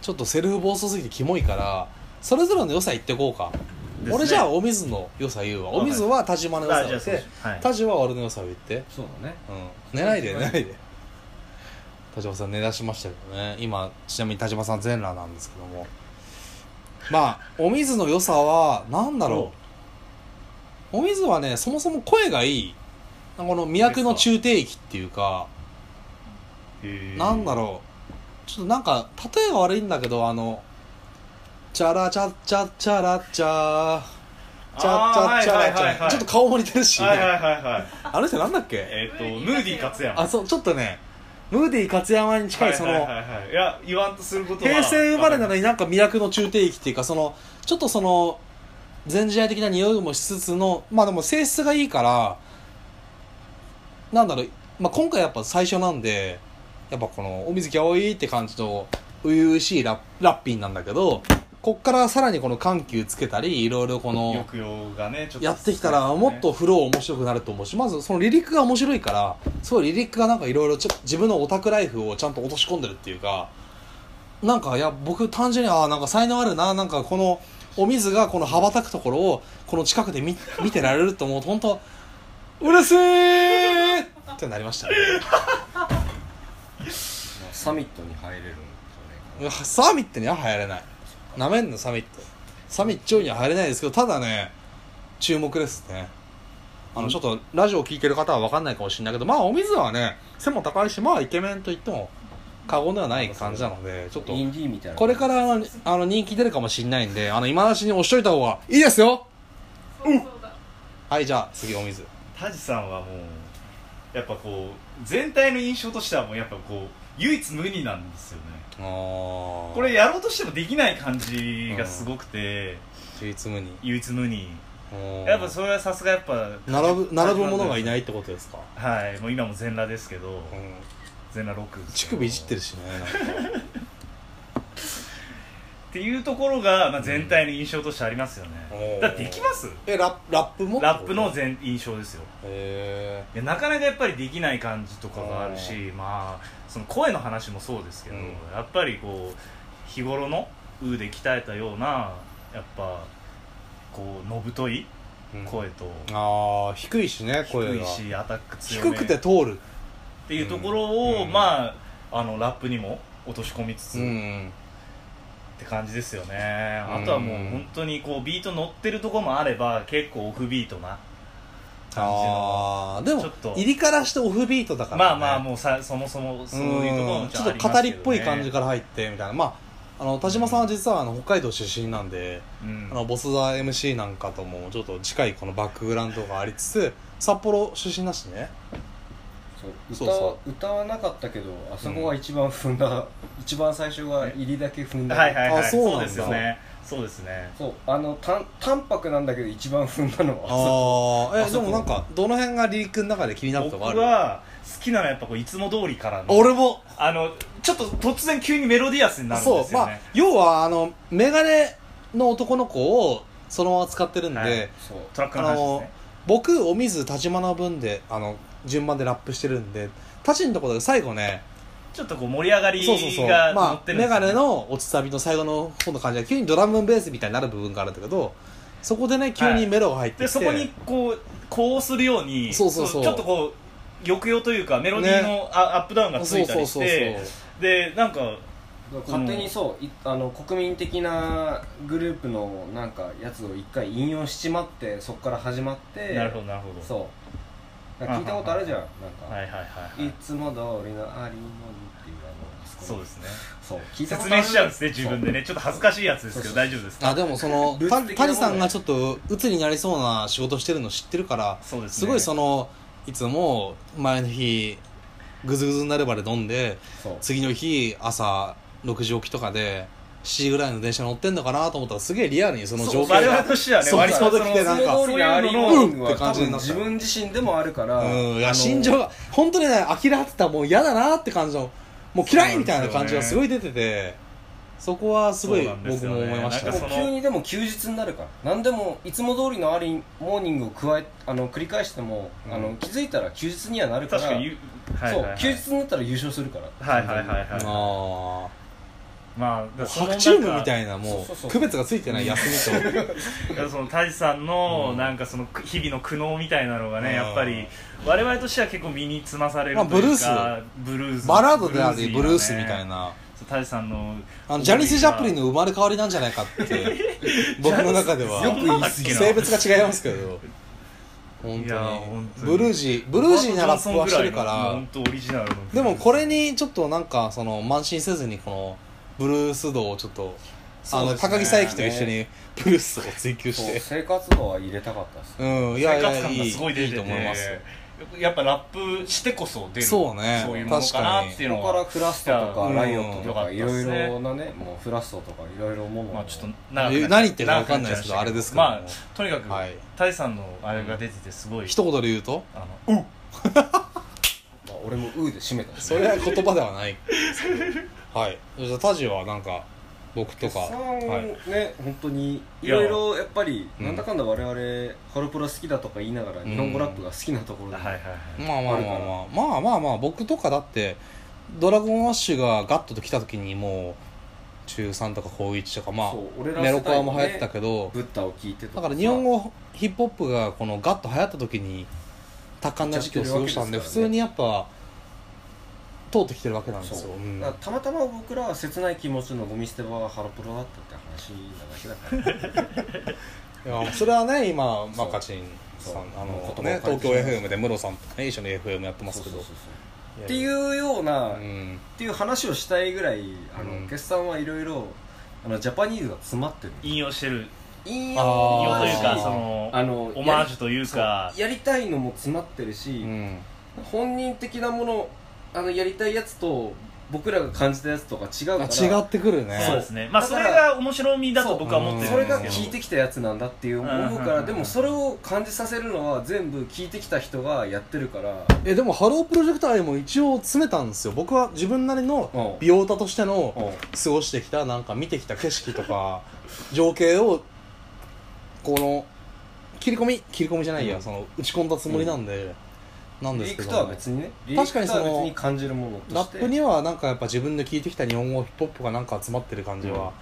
Speaker 1: ちょっとセルフ暴走すぎてキモいからそれぞれの良さ言ってこうか、
Speaker 2: ですね
Speaker 1: 俺じゃあお水の良さ言うわお水は田島の良さを言っ
Speaker 2: あじゃあ
Speaker 1: て
Speaker 2: そうはい
Speaker 1: 田島は俺の良さを言って
Speaker 3: そうだね
Speaker 1: うん寝ないで寝ないで田島さん寝だしましたけどね今ちなみに田島さん全裸なんですけどもまあお水の良さは何だろうお水はねそもそも声がいいこの脈の中低域っていうかなんだろうちょっとなんか例えが悪いんだけどあの「チャラチャチャチャラチャーチャチャチャラチ
Speaker 2: はいはいはい
Speaker 1: ャ
Speaker 2: はい
Speaker 1: ちょっと顔も似てるし、ね
Speaker 2: はいはいはいはい
Speaker 1: あの人なんだっけ
Speaker 2: えっ、とムーディー勝山
Speaker 1: あそうちょっとねムーディ勝山に近いその、
Speaker 2: はいはいはいはい、いや言わんとすることは
Speaker 1: 平成生まれなのになんか魅惑の中低域っていうかそのちょっとその全時代的な匂いもしつつのまあでも性質がいいからなんだろう、まあ、今回やっぱ最初なんでやっぱこのお水木葵って感じと初々しいララッピーなんだけどこっからさらにこの緩急つけたりいろいろこの
Speaker 2: 抑揚がねちょっと
Speaker 1: やってきたらもっとフロー面白くなると思うしまずそのリリックが面白いからすごいリリックがなんかいろいろちょ自分のオタクライフをちゃんと落とし込んでるっていうかなんかいや僕単純にああなんか才能あるななんかこのお水がこの羽ばたくところをこの近くで見見てられると思うと本当嬉しいってなりましたね
Speaker 3: サミットに入れるんじゃないかな
Speaker 1: サミットには入れないなめんのサミットサミットには入れないですけどただね注目ですねあのちょっとラジオを聞いてる方は分かんないかもしれないけどまあお水はね背も高いしまあイケメンと言っても過言ではない感じなのでちょっと
Speaker 3: インディーみたいな
Speaker 1: これからあのあの人気出るかもしれないんであの今なしに押しといた方がいいですよ
Speaker 4: そうそうだ。
Speaker 1: はいじゃあ次お水
Speaker 2: タジさんはもうやっぱこう全体の印象としてはもうやっぱこう唯一無二なんですよね
Speaker 1: こ
Speaker 2: これやろうとしてもできない感じがすごくて、
Speaker 1: 唯一無二
Speaker 2: 唯一無二
Speaker 1: うん
Speaker 2: やっぱそれはさすがやっぱ
Speaker 1: 並ぶ並ぶ者がいないってことですか、
Speaker 2: はいもう今も全裸ですけど
Speaker 1: うん、
Speaker 2: 全裸ロックです
Speaker 1: 乳
Speaker 2: けど
Speaker 1: 首いじってるしねなんか
Speaker 2: っていうところが、まあ、全体の印象としてありますよね、
Speaker 1: うん
Speaker 2: だってできます
Speaker 1: えララップも
Speaker 2: ラップの全印象ですよ
Speaker 1: へ
Speaker 2: いやなかなかやっぱりできない感じとかがあるしまあその声の話もそうですけど、
Speaker 1: うん
Speaker 2: やっぱりこう日頃の「う」で鍛えたようなやっぱこうのぶとい
Speaker 1: え
Speaker 2: 声と、
Speaker 1: ああ低いしね声
Speaker 2: 低
Speaker 1: が
Speaker 2: いしアタック強め
Speaker 1: 低くて通る
Speaker 2: っていうところを、
Speaker 1: うん
Speaker 2: まああのラップにも落とし込みつつ、
Speaker 1: う
Speaker 2: っ
Speaker 1: ん
Speaker 2: て感じですよね、
Speaker 1: うん
Speaker 2: あとはもう本当にこうビート乗ってるところもあれば結構オフビートな感じの
Speaker 1: ああでも
Speaker 2: ちょっと
Speaker 1: 入りからしてオフビートだから、ね、
Speaker 2: まあまあもうさそもそもそういうところも
Speaker 1: んち
Speaker 2: ゃ
Speaker 1: ょ
Speaker 2: あ
Speaker 1: っ
Speaker 2: り
Speaker 1: と
Speaker 2: ますけどね
Speaker 1: 語りっぽい感じから入ってみたいなまああの田島さんは実はあの北海道出身なんで、
Speaker 2: うん
Speaker 1: あのボスザ MC なんかともちょっと近いこのバックグラウンドがありつつ札幌出身だしね
Speaker 3: そう
Speaker 1: そ
Speaker 3: 歌
Speaker 1: うそ
Speaker 3: 歌はなかったけどあそこが一番踏んだ、一番最初が入りだけ踏んだ、
Speaker 2: はいはいはい
Speaker 1: あそう
Speaker 2: そ
Speaker 1: なん
Speaker 2: う
Speaker 1: だ
Speaker 2: ですよねそうですね
Speaker 3: そうあの淡淡白なんだけど一番踏んだのは
Speaker 1: ああ
Speaker 3: あ
Speaker 1: えで
Speaker 3: そこ
Speaker 1: もなんかどの辺がリリックの中で気になると
Speaker 2: 僕
Speaker 1: こある
Speaker 2: は好きなのはやっぱこういつも通りからの
Speaker 1: 俺も
Speaker 2: あのちょっと突然急にメロディアスになるんで
Speaker 1: そう
Speaker 2: すよ
Speaker 1: まあ
Speaker 2: ね
Speaker 1: 要はあのメガネの男の子をそのまま使ってるんで、
Speaker 2: はい
Speaker 3: そう
Speaker 2: トラックの話ですね
Speaker 1: 僕お水田島の分であの順番でラップしてるんで田島のところで最後ね
Speaker 2: ちょっとこう盛り上がり
Speaker 1: そうそうそう
Speaker 2: が乗
Speaker 1: ま
Speaker 2: っ
Speaker 1: あ
Speaker 2: てるんで
Speaker 1: メ
Speaker 2: す
Speaker 1: ガ
Speaker 2: よね
Speaker 1: ネの落ちサビの最後の方の感じが急にドラムベースみたいになる部分があるんだけどそこでね急にメロが入って
Speaker 2: で
Speaker 1: きて、
Speaker 2: そこにこうこうするように
Speaker 1: そうそうそう
Speaker 2: ちょっとこう抑揚というかメロディーのあアップダウンがつ
Speaker 1: そう
Speaker 2: いた
Speaker 1: そう
Speaker 2: りし
Speaker 1: そうそう
Speaker 2: てでなんか
Speaker 3: 勝手にそういあの国民的なグループのなんかやつを一回引用しちまってそこから始まって
Speaker 2: なるほどなるほど
Speaker 3: そうなんか聞いたことあるじゃんなんか、、
Speaker 2: はいはいはいはいい
Speaker 3: つも通りのありのにっていうあのそ
Speaker 2: そうですね
Speaker 3: そう聞いたこ
Speaker 2: 説
Speaker 3: とあ
Speaker 2: 明
Speaker 3: る
Speaker 2: しちゃうんですね自分でねちょっと恥ずかしいやつですけど
Speaker 3: そうそう
Speaker 2: 大丈夫ですか
Speaker 1: あでもその
Speaker 3: ルー
Speaker 1: た
Speaker 3: ツ的なものね
Speaker 1: 谷さんがちょっと鬱になりそうな仕事してるの知ってるから
Speaker 2: そうですね
Speaker 1: すごいそのいつも前の日ぐずぐずになるまで飲んで
Speaker 3: そうそう
Speaker 1: 次の日朝6時起きとかで7時ぐらいの電車乗ってんのかなと思ったらすげえリアルにその状況
Speaker 2: 我々
Speaker 1: が
Speaker 2: としてはね
Speaker 1: そう
Speaker 2: 割と
Speaker 1: そう
Speaker 2: そ
Speaker 1: で
Speaker 2: の
Speaker 1: きてなんか
Speaker 3: いつも通りのありのに
Speaker 1: うんっ
Speaker 3: は
Speaker 1: て感
Speaker 3: 多
Speaker 1: じに
Speaker 3: 分
Speaker 1: なった
Speaker 3: 自分自身でもあるから、
Speaker 1: うんい
Speaker 3: あ
Speaker 1: や
Speaker 3: の
Speaker 1: 心情が本当にね呆れ合ってたもう嫌だなって感じのもう嫌いみたいな感じがすごい出ててそこはすごい
Speaker 2: そうなんです
Speaker 1: 僕
Speaker 2: よね
Speaker 1: も思いました
Speaker 3: で
Speaker 2: なんか
Speaker 1: ね
Speaker 2: そ
Speaker 3: も
Speaker 2: の
Speaker 3: 急にでも休日になるから何でもいつも通りのアーリーモーニングを加えあの繰り返しても、
Speaker 1: うん
Speaker 3: あの気づいたら休日にはなるから
Speaker 2: 確かに、はいはいはい、
Speaker 3: そう休日になったら優勝するから
Speaker 2: はいはいはい
Speaker 1: あ
Speaker 2: は
Speaker 1: あ
Speaker 2: いまあその
Speaker 1: 白チームみた
Speaker 2: い
Speaker 1: いなも
Speaker 3: そうそうそうう
Speaker 1: 区別がついてない休みと
Speaker 2: そのタジさんの、
Speaker 1: うん
Speaker 2: なんかその日々の苦悩みたいなのがね、
Speaker 1: うん
Speaker 2: やっぱり我々としては結構身につまされるというか、
Speaker 1: まあブルース
Speaker 2: ブルース
Speaker 1: バラードであり
Speaker 2: ー
Speaker 1: ブルースみたい
Speaker 2: なね
Speaker 1: な
Speaker 2: そうタジさんの
Speaker 1: あのジャニス・ジャプリンの生まれ変わりなんじゃないかって 僕の中では
Speaker 2: よく言い過ぎな
Speaker 1: 性別が違いますけど本
Speaker 2: い
Speaker 1: 当
Speaker 2: や
Speaker 1: に
Speaker 2: 本当に
Speaker 1: ブルージーブルージーなラップはしてるか
Speaker 2: ジョ
Speaker 1: ら
Speaker 2: ンソンぐいのもう本当オリジナルの
Speaker 1: でもこれにちょっとなんかその慢心せずにこのブルース度をちょっとあ
Speaker 3: そう
Speaker 1: の
Speaker 3: ですね
Speaker 1: 高木佐伯と一緒にブルースを追求し
Speaker 3: そう
Speaker 1: て
Speaker 3: 生活度は入れたかったですね
Speaker 1: うんいや
Speaker 2: 生
Speaker 1: い
Speaker 2: 活
Speaker 1: や
Speaker 2: 感が
Speaker 1: いい
Speaker 2: すごい出て
Speaker 1: い
Speaker 2: て
Speaker 1: いと思います
Speaker 2: やっぱラップしてこそ出る
Speaker 1: そうね
Speaker 2: そういうものかなっていう
Speaker 3: そ
Speaker 2: の
Speaker 3: こから
Speaker 2: は
Speaker 3: フラストと
Speaker 1: う
Speaker 3: か
Speaker 1: ん
Speaker 3: ライオットとかい
Speaker 2: よかったっ
Speaker 3: ろい
Speaker 2: すね
Speaker 3: ろなねもうフラストとかいろいろもの
Speaker 2: まあちょっと
Speaker 1: え
Speaker 2: 長く
Speaker 1: 何言ってるか分かんない
Speaker 2: 長く
Speaker 1: ですけどあれですけども
Speaker 2: まあとにかく
Speaker 1: はい
Speaker 2: タイさんのあれが出ててすごい
Speaker 1: 一言で言うと
Speaker 2: あのう
Speaker 3: まあ俺も「う」で締めた
Speaker 1: それは言葉ではないですけどはいじゃあタジはなんか僕と
Speaker 3: と
Speaker 1: か
Speaker 3: か
Speaker 1: はい
Speaker 3: ね本当に
Speaker 2: い
Speaker 3: い
Speaker 2: や
Speaker 3: ろいろやっぱり
Speaker 1: うん
Speaker 3: なんだかんだ我々ハロプロ好きだとか言いながら日本語ラップが好きなところで
Speaker 2: はいはいはい
Speaker 1: まあまあまあまあまあまあまあ僕とかだってドラゴンアッシュがガットと来た時にもう中3とか高1とかま
Speaker 3: そう俺
Speaker 1: あ
Speaker 3: ら
Speaker 1: メ
Speaker 3: 世
Speaker 1: ロコア
Speaker 3: 代の
Speaker 1: も
Speaker 3: ね
Speaker 1: 流行ってたけど
Speaker 3: ブッダを聞いてと
Speaker 1: だ
Speaker 3: か
Speaker 1: から日本語ヒップホップがこのガッと流行った時に多感な時期を過ごしたんで
Speaker 3: やっ
Speaker 1: 普
Speaker 3: てる
Speaker 1: 通
Speaker 3: わ
Speaker 1: に
Speaker 3: けで
Speaker 1: やっぱ通ってきてるわけなんです
Speaker 3: そ
Speaker 1: よ
Speaker 3: う、
Speaker 1: うん
Speaker 3: だからたまたま僕らは切ない気持ちのゴミ捨て場はハロプロだったって話なだけだから
Speaker 1: いやそれはね今
Speaker 3: そ
Speaker 1: マ
Speaker 3: う
Speaker 1: カチンさん
Speaker 3: そう
Speaker 1: あ
Speaker 3: 言葉
Speaker 1: のね
Speaker 3: を変
Speaker 1: 東
Speaker 3: えて
Speaker 1: 京
Speaker 3: しまいました
Speaker 1: FM でムロさんとね一緒に FM やって ますけど
Speaker 3: っ
Speaker 1: って
Speaker 3: いうような、っ
Speaker 1: ん
Speaker 3: ていう話をしたいぐらいあの、
Speaker 1: うん
Speaker 3: 決算はいろいろあのジャパニーズが詰まってる
Speaker 2: 引用してる
Speaker 3: 引
Speaker 1: あー
Speaker 2: 引用というか
Speaker 1: あー
Speaker 2: その
Speaker 3: あの
Speaker 2: オマージュというか
Speaker 3: やりやりたいのも詰まってるし、
Speaker 1: うん
Speaker 3: 本人的なものあのやりたいやつと僕らが感じたやつとか違うから
Speaker 1: あ違ってくるね
Speaker 2: そうですねまあ
Speaker 3: だ
Speaker 2: そ
Speaker 3: か
Speaker 2: れ
Speaker 3: ら
Speaker 2: が面白みだと僕は思って
Speaker 3: そ
Speaker 2: る
Speaker 3: れ
Speaker 2: んです
Speaker 3: が
Speaker 2: けど
Speaker 3: 聞いてきたやつなんだっていう思う
Speaker 2: うん
Speaker 3: か
Speaker 2: うんうんう
Speaker 3: ら
Speaker 2: ん
Speaker 3: でもそれを感じさせるのは全部聞いてきた人がやってるから
Speaker 1: えでもハロープロジェクト愛も一応詰めたんですよ僕は自分なりの
Speaker 3: うん
Speaker 1: 美容家としての
Speaker 3: うん
Speaker 1: 過ごしてきたなんか見てきた景色と か情景をこの切り込み切り込みじゃないや、
Speaker 3: うん
Speaker 1: その打ち込んだつもりなんで、なんです
Speaker 3: リ
Speaker 1: け
Speaker 3: ク
Speaker 1: ど
Speaker 3: とは別にねリ
Speaker 1: 確かにその
Speaker 3: クとは別に感じるものと
Speaker 1: ラ
Speaker 3: して
Speaker 1: ップにはなんかやっぱ自分で聞いてきた日本語ヒップホップがなんか詰まってる感じは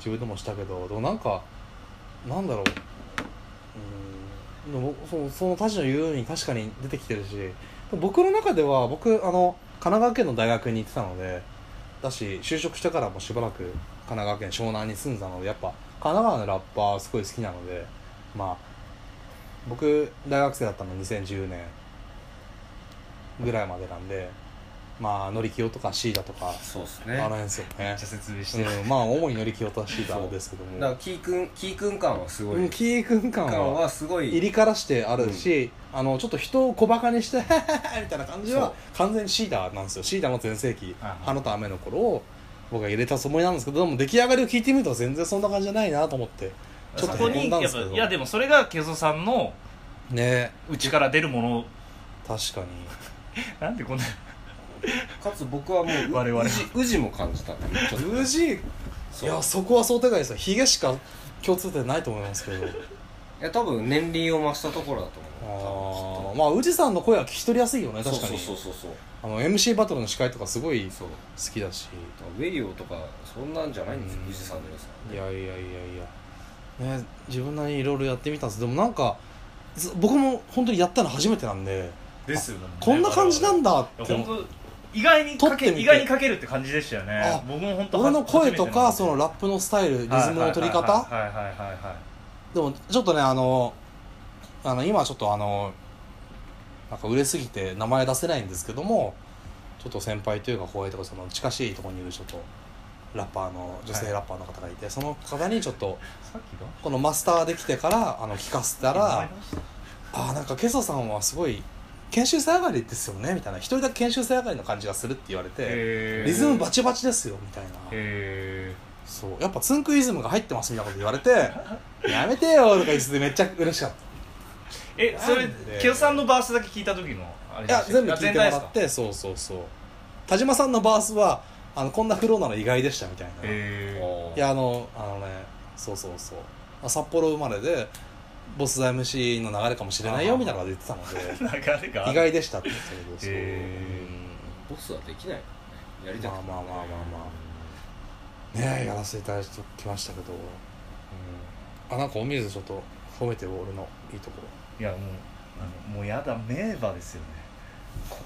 Speaker 1: 自分でもしたけど、でもなんかなんだろううーんでもそのその他人の言うように確かに出てきてるし僕の中では僕あの神奈川県の大学に行ってたのでだし就職してからもしばらく神奈川県湘南に住んでたのでやっぱ神奈川のラッパーすごい好きなのでまあ僕大学生だったの2010年ぐらいまでなんでまあ乗り気とかシーダとか
Speaker 3: そうです
Speaker 1: あ
Speaker 3: ね
Speaker 1: の辺ですよね
Speaker 2: めっちゃ説明してる
Speaker 1: うん、まあ主に乗り気とシーダですけど
Speaker 3: だから
Speaker 1: も
Speaker 3: キー君キー君感はすごい、
Speaker 1: うんキー君感
Speaker 3: 感
Speaker 1: は
Speaker 3: はすごい
Speaker 1: 入りからしてあるし、あのちょっと人を小バカにして みたいな感じは完全にシーダなんですよシーダの全盛期
Speaker 2: ああ
Speaker 1: 花と雨の頃を僕は入れたつもりなんですけどでも出来上がりを聞いてみると全然そんな感じじゃないなと思ってちょ
Speaker 2: そ
Speaker 1: っと
Speaker 2: こ
Speaker 1: へこ
Speaker 2: に
Speaker 1: んだ
Speaker 2: や
Speaker 1: ん
Speaker 2: っ
Speaker 1: です
Speaker 2: ぱ
Speaker 1: けど
Speaker 2: いやでもそれがケゾさんの
Speaker 1: ね
Speaker 2: 内から出るもの
Speaker 1: 確かに
Speaker 2: なんでこんな
Speaker 3: かつ僕はもう
Speaker 2: 我々は
Speaker 3: うじうじも感じたねちょっと
Speaker 1: 無事いやそこは想定外ですよヒゲしか共通点ないと思いますけど
Speaker 3: いや多分年輪を増したところだと
Speaker 1: あ
Speaker 3: 思
Speaker 1: ー
Speaker 3: う
Speaker 1: まあ宇治さんの声は聞き取りやすいよね
Speaker 3: 多分
Speaker 1: 確かに
Speaker 3: そうそうそうそう
Speaker 1: あの MC バトルの司会とかすごい好
Speaker 3: そう
Speaker 1: きだし
Speaker 3: ウェリオとかそんなんじゃないんですよ
Speaker 1: うん
Speaker 3: 富士山の皆さん
Speaker 1: いやいやいやいや、ね、自分なりにいろいろやってみたんですでもなんかず僕も本当にやったの初めてなんで
Speaker 2: ですよね
Speaker 1: こんな感じなんだっ
Speaker 2: いや
Speaker 1: て
Speaker 2: 本当意外に
Speaker 1: 撮
Speaker 2: かけ
Speaker 1: ってみて
Speaker 2: 意外にかけるって感じでしたよね
Speaker 1: あ
Speaker 2: 僕も本当
Speaker 1: 俺の声とかその
Speaker 2: の
Speaker 1: ラップのスタイルリズムの取り方
Speaker 2: はいはいはいはいはい
Speaker 1: でもちょっとねあのあの今ちょっとあのなんか売れすぎて名前出せないんですけどもちょっと先輩というか後輩とかその近しいところにいるちょっとラッパーの女性ラッパーの方がいて、その方にちょっと
Speaker 2: さっきが
Speaker 1: このマスターできてからあの聞かせたらあーなんかケソさんはすごい研修生上がりですよねみたいな一人だけ研修生上がりの感じがするって言われてリズムバ
Speaker 2: チ
Speaker 1: チバチですよみたいな
Speaker 2: へ
Speaker 1: そうやっぱツンクイズムが入ってますみたいなこと言われてやめてよとか言ってめっちゃ嬉しかった
Speaker 2: ーえそれ
Speaker 1: なんで
Speaker 2: ケオさんのバースだけ聞いた時のあれ
Speaker 1: いや
Speaker 2: でしたっ
Speaker 1: 全部
Speaker 2: け
Speaker 1: 聞いてもら
Speaker 2: あ全体です
Speaker 1: っ
Speaker 2: か
Speaker 1: てそうそうそう田島さんのバースはあのこんなフローなの意外でしたみたいな、
Speaker 2: へ
Speaker 1: いやあのあのねそうそうそうあ札幌生まれでボス MC の流れかもしれないよみたいなこと言ってたので
Speaker 2: ー流れが
Speaker 1: 意外でしたって言ってたけどそう、
Speaker 2: へ
Speaker 3: ボスはできないからねやり
Speaker 1: うん
Speaker 3: た
Speaker 1: ま
Speaker 3: く
Speaker 1: あ
Speaker 3: ても
Speaker 1: まあまあまあまあねえやらせていただいてきましたけど、うん、あなんかお水ちょっと褒めてよ俺のいいとこ
Speaker 2: いやもうあのもうやだ名馬ですよね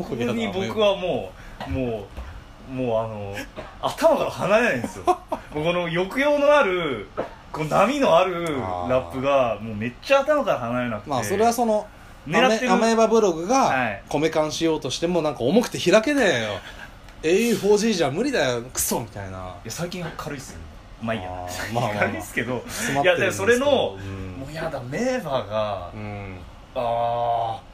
Speaker 1: ろ
Speaker 2: ここに僕はもうもうもうあの頭から離れないん ですよもうこの抑揚のあるこう波のある
Speaker 1: あー
Speaker 2: ラップがもうめっちゃ頭から離れなくて
Speaker 1: まあそれはその
Speaker 2: 狙
Speaker 1: ア
Speaker 2: って
Speaker 1: メ
Speaker 2: る
Speaker 1: アメーバブログ
Speaker 2: は
Speaker 1: が
Speaker 2: い
Speaker 1: 米缶しようとしてもなんか重くて開けねえよ AU4G じゃ無理だよクソみたいない
Speaker 2: や最近軽いっすよまあいいや
Speaker 1: あーまあまあまあ
Speaker 2: いいですけど
Speaker 1: 詰
Speaker 2: いやでそれの
Speaker 1: うん
Speaker 2: もうやだ名馬が、
Speaker 1: うん
Speaker 2: あー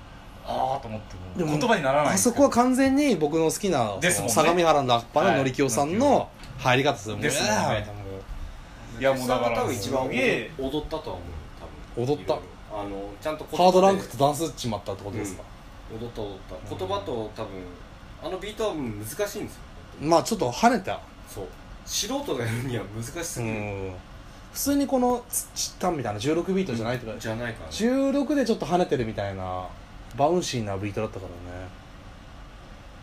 Speaker 2: あーと思ってもう
Speaker 1: でも
Speaker 2: 言葉にならないん
Speaker 1: あ
Speaker 2: です
Speaker 1: そ
Speaker 2: よ
Speaker 1: こは完全に僕の好きな、
Speaker 2: です
Speaker 1: そ
Speaker 2: もん
Speaker 1: の
Speaker 2: ね
Speaker 1: 相模原のラッパーののりきおさんの入り方ですよ、
Speaker 2: ですもんね
Speaker 1: うわーみたいない
Speaker 2: やもうだから
Speaker 3: 多分一番
Speaker 2: すげえ
Speaker 3: 踊踊ったとは思う多分
Speaker 1: 踊った
Speaker 3: あのちゃんと言葉
Speaker 1: ハードラン
Speaker 3: で
Speaker 1: クとダンスっちまったってことですか、
Speaker 3: 踊った踊った言葉と多分あのビートは難しいんですよ
Speaker 1: まあちょっと跳ねた、
Speaker 3: そう素人がやるには難しす
Speaker 1: う
Speaker 3: ぎる、
Speaker 1: ん、普通にこのツッチッタンみたいな16ビートじゃないってこと
Speaker 3: じゃないかな
Speaker 1: 16でちょっと跳ねてるみたいなバウンシーなビートだったからね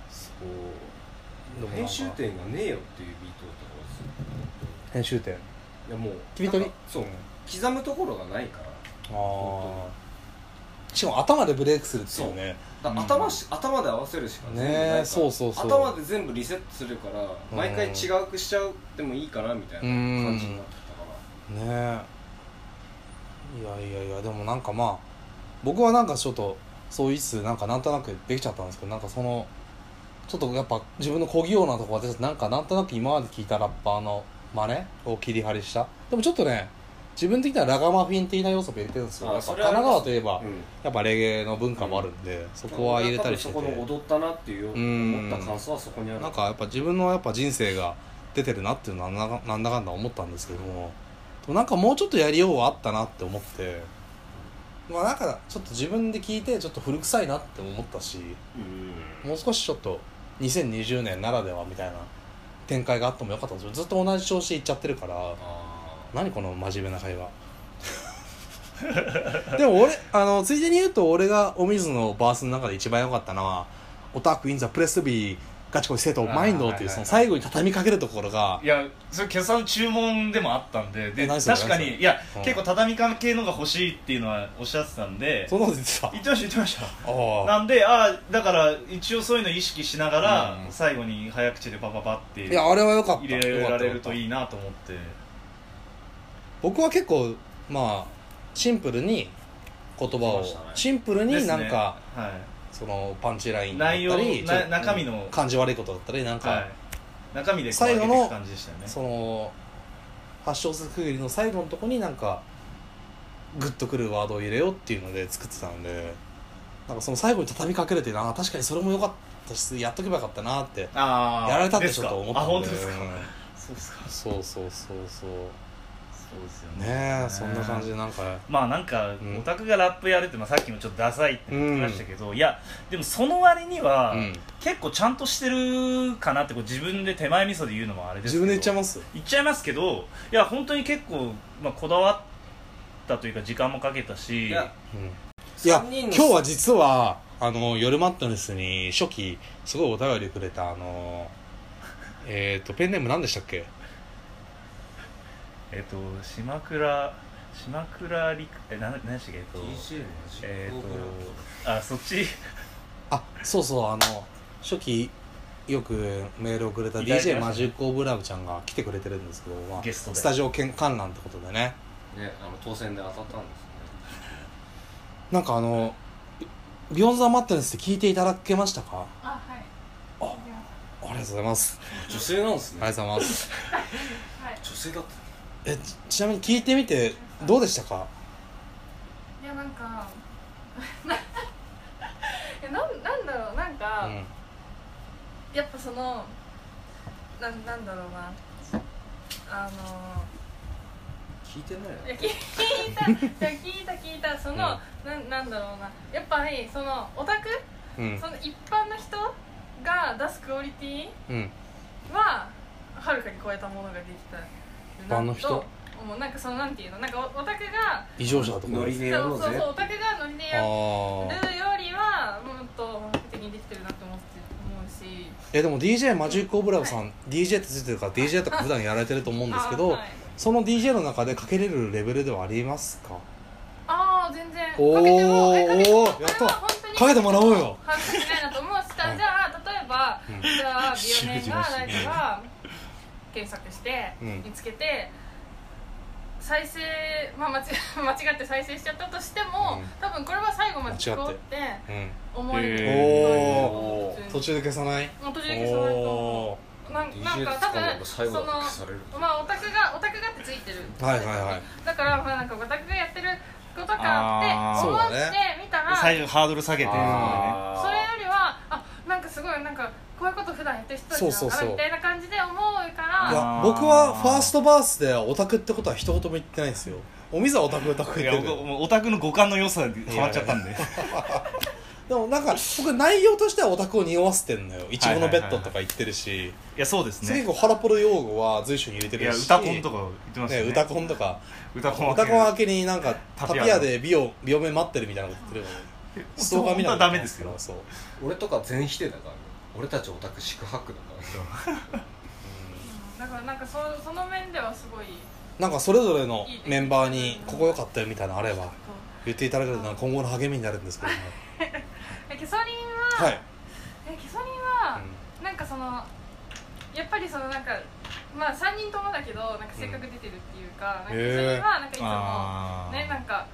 Speaker 3: そう
Speaker 1: でもなんか
Speaker 3: 編集点がねえよっていうビートだったから
Speaker 1: 編集点
Speaker 3: ですいやもう
Speaker 1: 切り取り
Speaker 3: なんかそう刻むところがないから
Speaker 1: ああしかも頭でブレイクするっていうね
Speaker 3: だから頭し、頭で合わせるしか全部ないから
Speaker 1: ねえそうそうそう
Speaker 3: 頭で全部リセットするから毎回違うくしちゃうでもいいかなみたいな感じになってたから
Speaker 1: ねえいやいやいやでもなんかまあ僕はなんかちょっとそう言いつつなんかなんとなくできちゃったんですけどなんかそのちょっとやっぱ自分の小器用なとこ私なんかなんとなく今まで聞いたラッパーの真似を切り張りしたでもちょっとね自分的にはラガマフィン的な要素も入れてるんですよ
Speaker 3: あ
Speaker 1: やっぱ
Speaker 3: そ
Speaker 1: 神
Speaker 3: れはあり
Speaker 1: 奈
Speaker 3: ま
Speaker 1: 川
Speaker 3: す
Speaker 1: といえば、
Speaker 3: うん
Speaker 1: やっぱレゲエの文化もあるんで、そこは入れたりしてて
Speaker 3: そこの踊ったなっていう
Speaker 1: うん
Speaker 3: 思った感想はそこにある
Speaker 1: なんかやっぱ自分のやっぱ人生が出てるなっていうのはなんだかなんだかんだ思ったんですけどもでもなんかもうちょっとやりようはあったなって思ってまあなんかちょっと自分で聞いてちょっと古臭いなって思ったし
Speaker 3: うん
Speaker 1: もう少しちょっと2020年ならではみたいな展開があってもよかったんですよずっと同じ調子でいっちゃってるから
Speaker 3: あ
Speaker 1: 何この真面目な会話 でも俺あのついでに言うと俺がお水のバースの中で一番良かったのは「オタク・イン・ザ・プレス・トビーガチ恋・生徒・マインド」っていう
Speaker 2: あーはいはいはい
Speaker 1: その最後に畳みかけるところが
Speaker 2: いやそれ今朝の注文でもあったんでで
Speaker 1: え何それ
Speaker 2: 確か
Speaker 1: 何それ
Speaker 2: にいや、
Speaker 1: うん
Speaker 2: 結構畳みかけのが欲しいっていうのはおっしゃってたんで
Speaker 1: そんなこと言ってた あ
Speaker 2: 言ってました言ってました
Speaker 1: あ
Speaker 2: なんであーだから一応そういうの意識しながら、
Speaker 1: うん
Speaker 2: 最後に早口でパパパって
Speaker 1: いやあれは良かった
Speaker 2: 入れられると
Speaker 1: い
Speaker 2: いいなと思って
Speaker 1: 僕は結構まあシンプルに言葉
Speaker 3: そう
Speaker 1: を
Speaker 3: でしたね
Speaker 1: シンプル
Speaker 2: で
Speaker 1: に
Speaker 2: すね
Speaker 1: なんか
Speaker 2: はい
Speaker 1: そのパンチラインだったり
Speaker 2: 内容な
Speaker 1: ちょ
Speaker 2: 中身の
Speaker 1: 感じ悪いことだったりなんか、
Speaker 2: はい、中身でこう
Speaker 1: 最後の
Speaker 2: 上げていく感じでしたよね
Speaker 1: その発祥する区切りの最後のとこになんかグッとくるワードを入れようっていうので作ってたんでなんかその最後に畳みかけるっていうのは確かにそれも良かったしやっとけばよかったなって
Speaker 2: ああ
Speaker 1: やられたってちょっと思った
Speaker 2: あ
Speaker 1: ん
Speaker 2: 本
Speaker 1: で
Speaker 2: 当ですかそうですか
Speaker 1: そうそうそうそう
Speaker 2: そうですよ
Speaker 1: ねえそんな感じでなんか
Speaker 2: まあなんか
Speaker 1: うん
Speaker 2: オタクがラップやるって、まあ、さっきもちょっとダサいって言ってましたけど、いやでもその割には、
Speaker 1: うん
Speaker 2: 結構ちゃんとしてるかなってこう自分で手前味噌で言うのもあれで
Speaker 1: 自
Speaker 2: すけど
Speaker 1: 分で言っちゃい
Speaker 2: 言っ
Speaker 1: ます
Speaker 2: ちゃいますけどいや本当に結構、まあ、こだわったというか時間もかけた
Speaker 3: ー
Speaker 2: し
Speaker 3: いや
Speaker 1: うんいや
Speaker 3: 三人
Speaker 1: 今
Speaker 3: の
Speaker 1: 日は実はあの夜マットネスに初期すごいお便りくれたあのえっ、とペンネーム何でしたっけ
Speaker 2: えっと島倉島倉陸えな何でしたっけえっと
Speaker 3: DJ の
Speaker 2: え
Speaker 3: 実行グループ
Speaker 2: っとあそっち
Speaker 1: あそうそうあの初期よくメールをくれた
Speaker 2: いただきました
Speaker 1: DJ マジック・オブ・ラブちゃんが来てくれてるんですけど、まあ
Speaker 2: ゲストで
Speaker 1: スタジオ見観覧ってことでね
Speaker 3: ねあの当選で当たったんですね
Speaker 1: なんかあの「ビヨンザ・マットネス」って聞いていただけましたか
Speaker 4: あはい
Speaker 1: あ
Speaker 4: 聞いて
Speaker 1: あ
Speaker 4: ま
Speaker 1: りがとうございます
Speaker 3: 女性なんです
Speaker 1: あ
Speaker 3: ね
Speaker 1: りがとうございます
Speaker 4: すはい
Speaker 3: 女性だった
Speaker 1: えちちなみに聞いてみてどうでしたか
Speaker 4: いやなんかいやなんなんだろうなんか、
Speaker 1: うん
Speaker 4: やっぱそのなんなんだろうなあの
Speaker 3: 聞いてない
Speaker 4: いや聞いたいや聞いた聞いたその、
Speaker 1: うん
Speaker 4: なんなんだろうなやっぱりそのオタク
Speaker 1: うん
Speaker 4: その一般の人が出すクオリティ
Speaker 1: うん
Speaker 4: ははるかに超えたものができたよな
Speaker 1: 一般の人
Speaker 4: と思うなんかそのなんていうのなんかオタクが
Speaker 1: 異常者だと思
Speaker 3: ノ
Speaker 1: う
Speaker 3: リでや
Speaker 4: そ
Speaker 3: ろ
Speaker 4: う
Speaker 3: う
Speaker 4: そう
Speaker 3: ぜ
Speaker 4: そうオタクがノリで
Speaker 1: あ
Speaker 4: やるよ
Speaker 1: ー
Speaker 4: りはもっと本格的にできてるなって思って思うし
Speaker 1: えでも DJ マジック・オブ・ラブさん DJ ってついてるから DJ とか普段やられてると思うんですけど
Speaker 4: あ,、はい、
Speaker 1: その DJ の中でかけれるレベルではありますか
Speaker 4: あー全然かけて
Speaker 1: おー
Speaker 4: もえかけても
Speaker 1: おーやった
Speaker 4: これは本当に
Speaker 1: かけてもらおうよ
Speaker 4: 恥ずかしないなと思うし
Speaker 1: はい
Speaker 4: じゃあ例えば
Speaker 1: うん
Speaker 4: じゃあ美容年が
Speaker 1: 信
Speaker 4: 大
Speaker 1: じまし
Speaker 4: 事
Speaker 1: た
Speaker 4: が検索して
Speaker 1: うん
Speaker 4: 見つけて再生、まあ、間違間違って再生しちゃったとしても、
Speaker 1: うん
Speaker 4: 多分これは最後まで聞こうって
Speaker 1: うん
Speaker 4: 思え
Speaker 2: 間違
Speaker 4: る
Speaker 2: って
Speaker 4: と思う
Speaker 1: おー
Speaker 4: 普通
Speaker 1: 途
Speaker 4: に
Speaker 1: 中で消さない
Speaker 4: もう途中で消さないと思
Speaker 1: お
Speaker 4: うなんなんか多分そのまあオタクがオタクがってついてる
Speaker 1: はいはいはい
Speaker 4: だからまあなんかオタクがやってることかって思
Speaker 1: あーそ
Speaker 4: っ
Speaker 1: う
Speaker 4: て
Speaker 1: だ
Speaker 4: みたらそ,、
Speaker 2: 最初ハードル下げて
Speaker 1: あ
Speaker 4: れよりはあなんかすごいなんかこういうこと普段やってる人たち
Speaker 1: そう
Speaker 4: な
Speaker 1: そ
Speaker 4: の
Speaker 1: う
Speaker 4: か
Speaker 1: そ
Speaker 4: な
Speaker 1: う
Speaker 4: みたいな感じで思うか
Speaker 1: い
Speaker 4: ら
Speaker 1: や僕はファーストバースでオタクってことは一言も言ってないんですよお水はオタクオタク
Speaker 2: い
Speaker 1: 言
Speaker 2: や
Speaker 1: ってるけど
Speaker 2: 僕もうオタクの五感の良さでハマっちゃったんで
Speaker 1: でもなんか僕内容としてはオタクを匂わせてんのよいちごのベッドとか言ってるし
Speaker 2: いやそうです
Speaker 1: それ
Speaker 2: ね
Speaker 1: 結構ハラポロ用語は随所に入れて
Speaker 2: いや
Speaker 1: るし
Speaker 2: 歌コンとか言ってました
Speaker 1: ね
Speaker 2: よね
Speaker 1: 歌コンとか
Speaker 2: 歌コン
Speaker 1: 歌コン明けになんかタ
Speaker 2: タ
Speaker 1: ピ
Speaker 2: ピア
Speaker 1: アで美容美容面待ってるみたいなこと言ってるのにストーカーみたいな
Speaker 2: 本当はダメですよ
Speaker 1: そう
Speaker 3: 俺とか全否定だからね俺たちオタク宿泊だから
Speaker 4: うんだからなんかそその面ではすごい
Speaker 1: なんかそれぞれのメンバーにここ良かったよみたいなのあれば
Speaker 4: こ
Speaker 1: 言っていただけるとなんか今後の励みになるんですけども
Speaker 4: うえケソリン
Speaker 1: は
Speaker 4: は、
Speaker 1: い、
Speaker 4: えケソリンは、なんかそのやっぱりそのなんかまあ3人ともだけどなんか性格出てるっていうか、
Speaker 1: うん
Speaker 4: なんかそれはなんかいつも
Speaker 2: あー
Speaker 4: ねなんか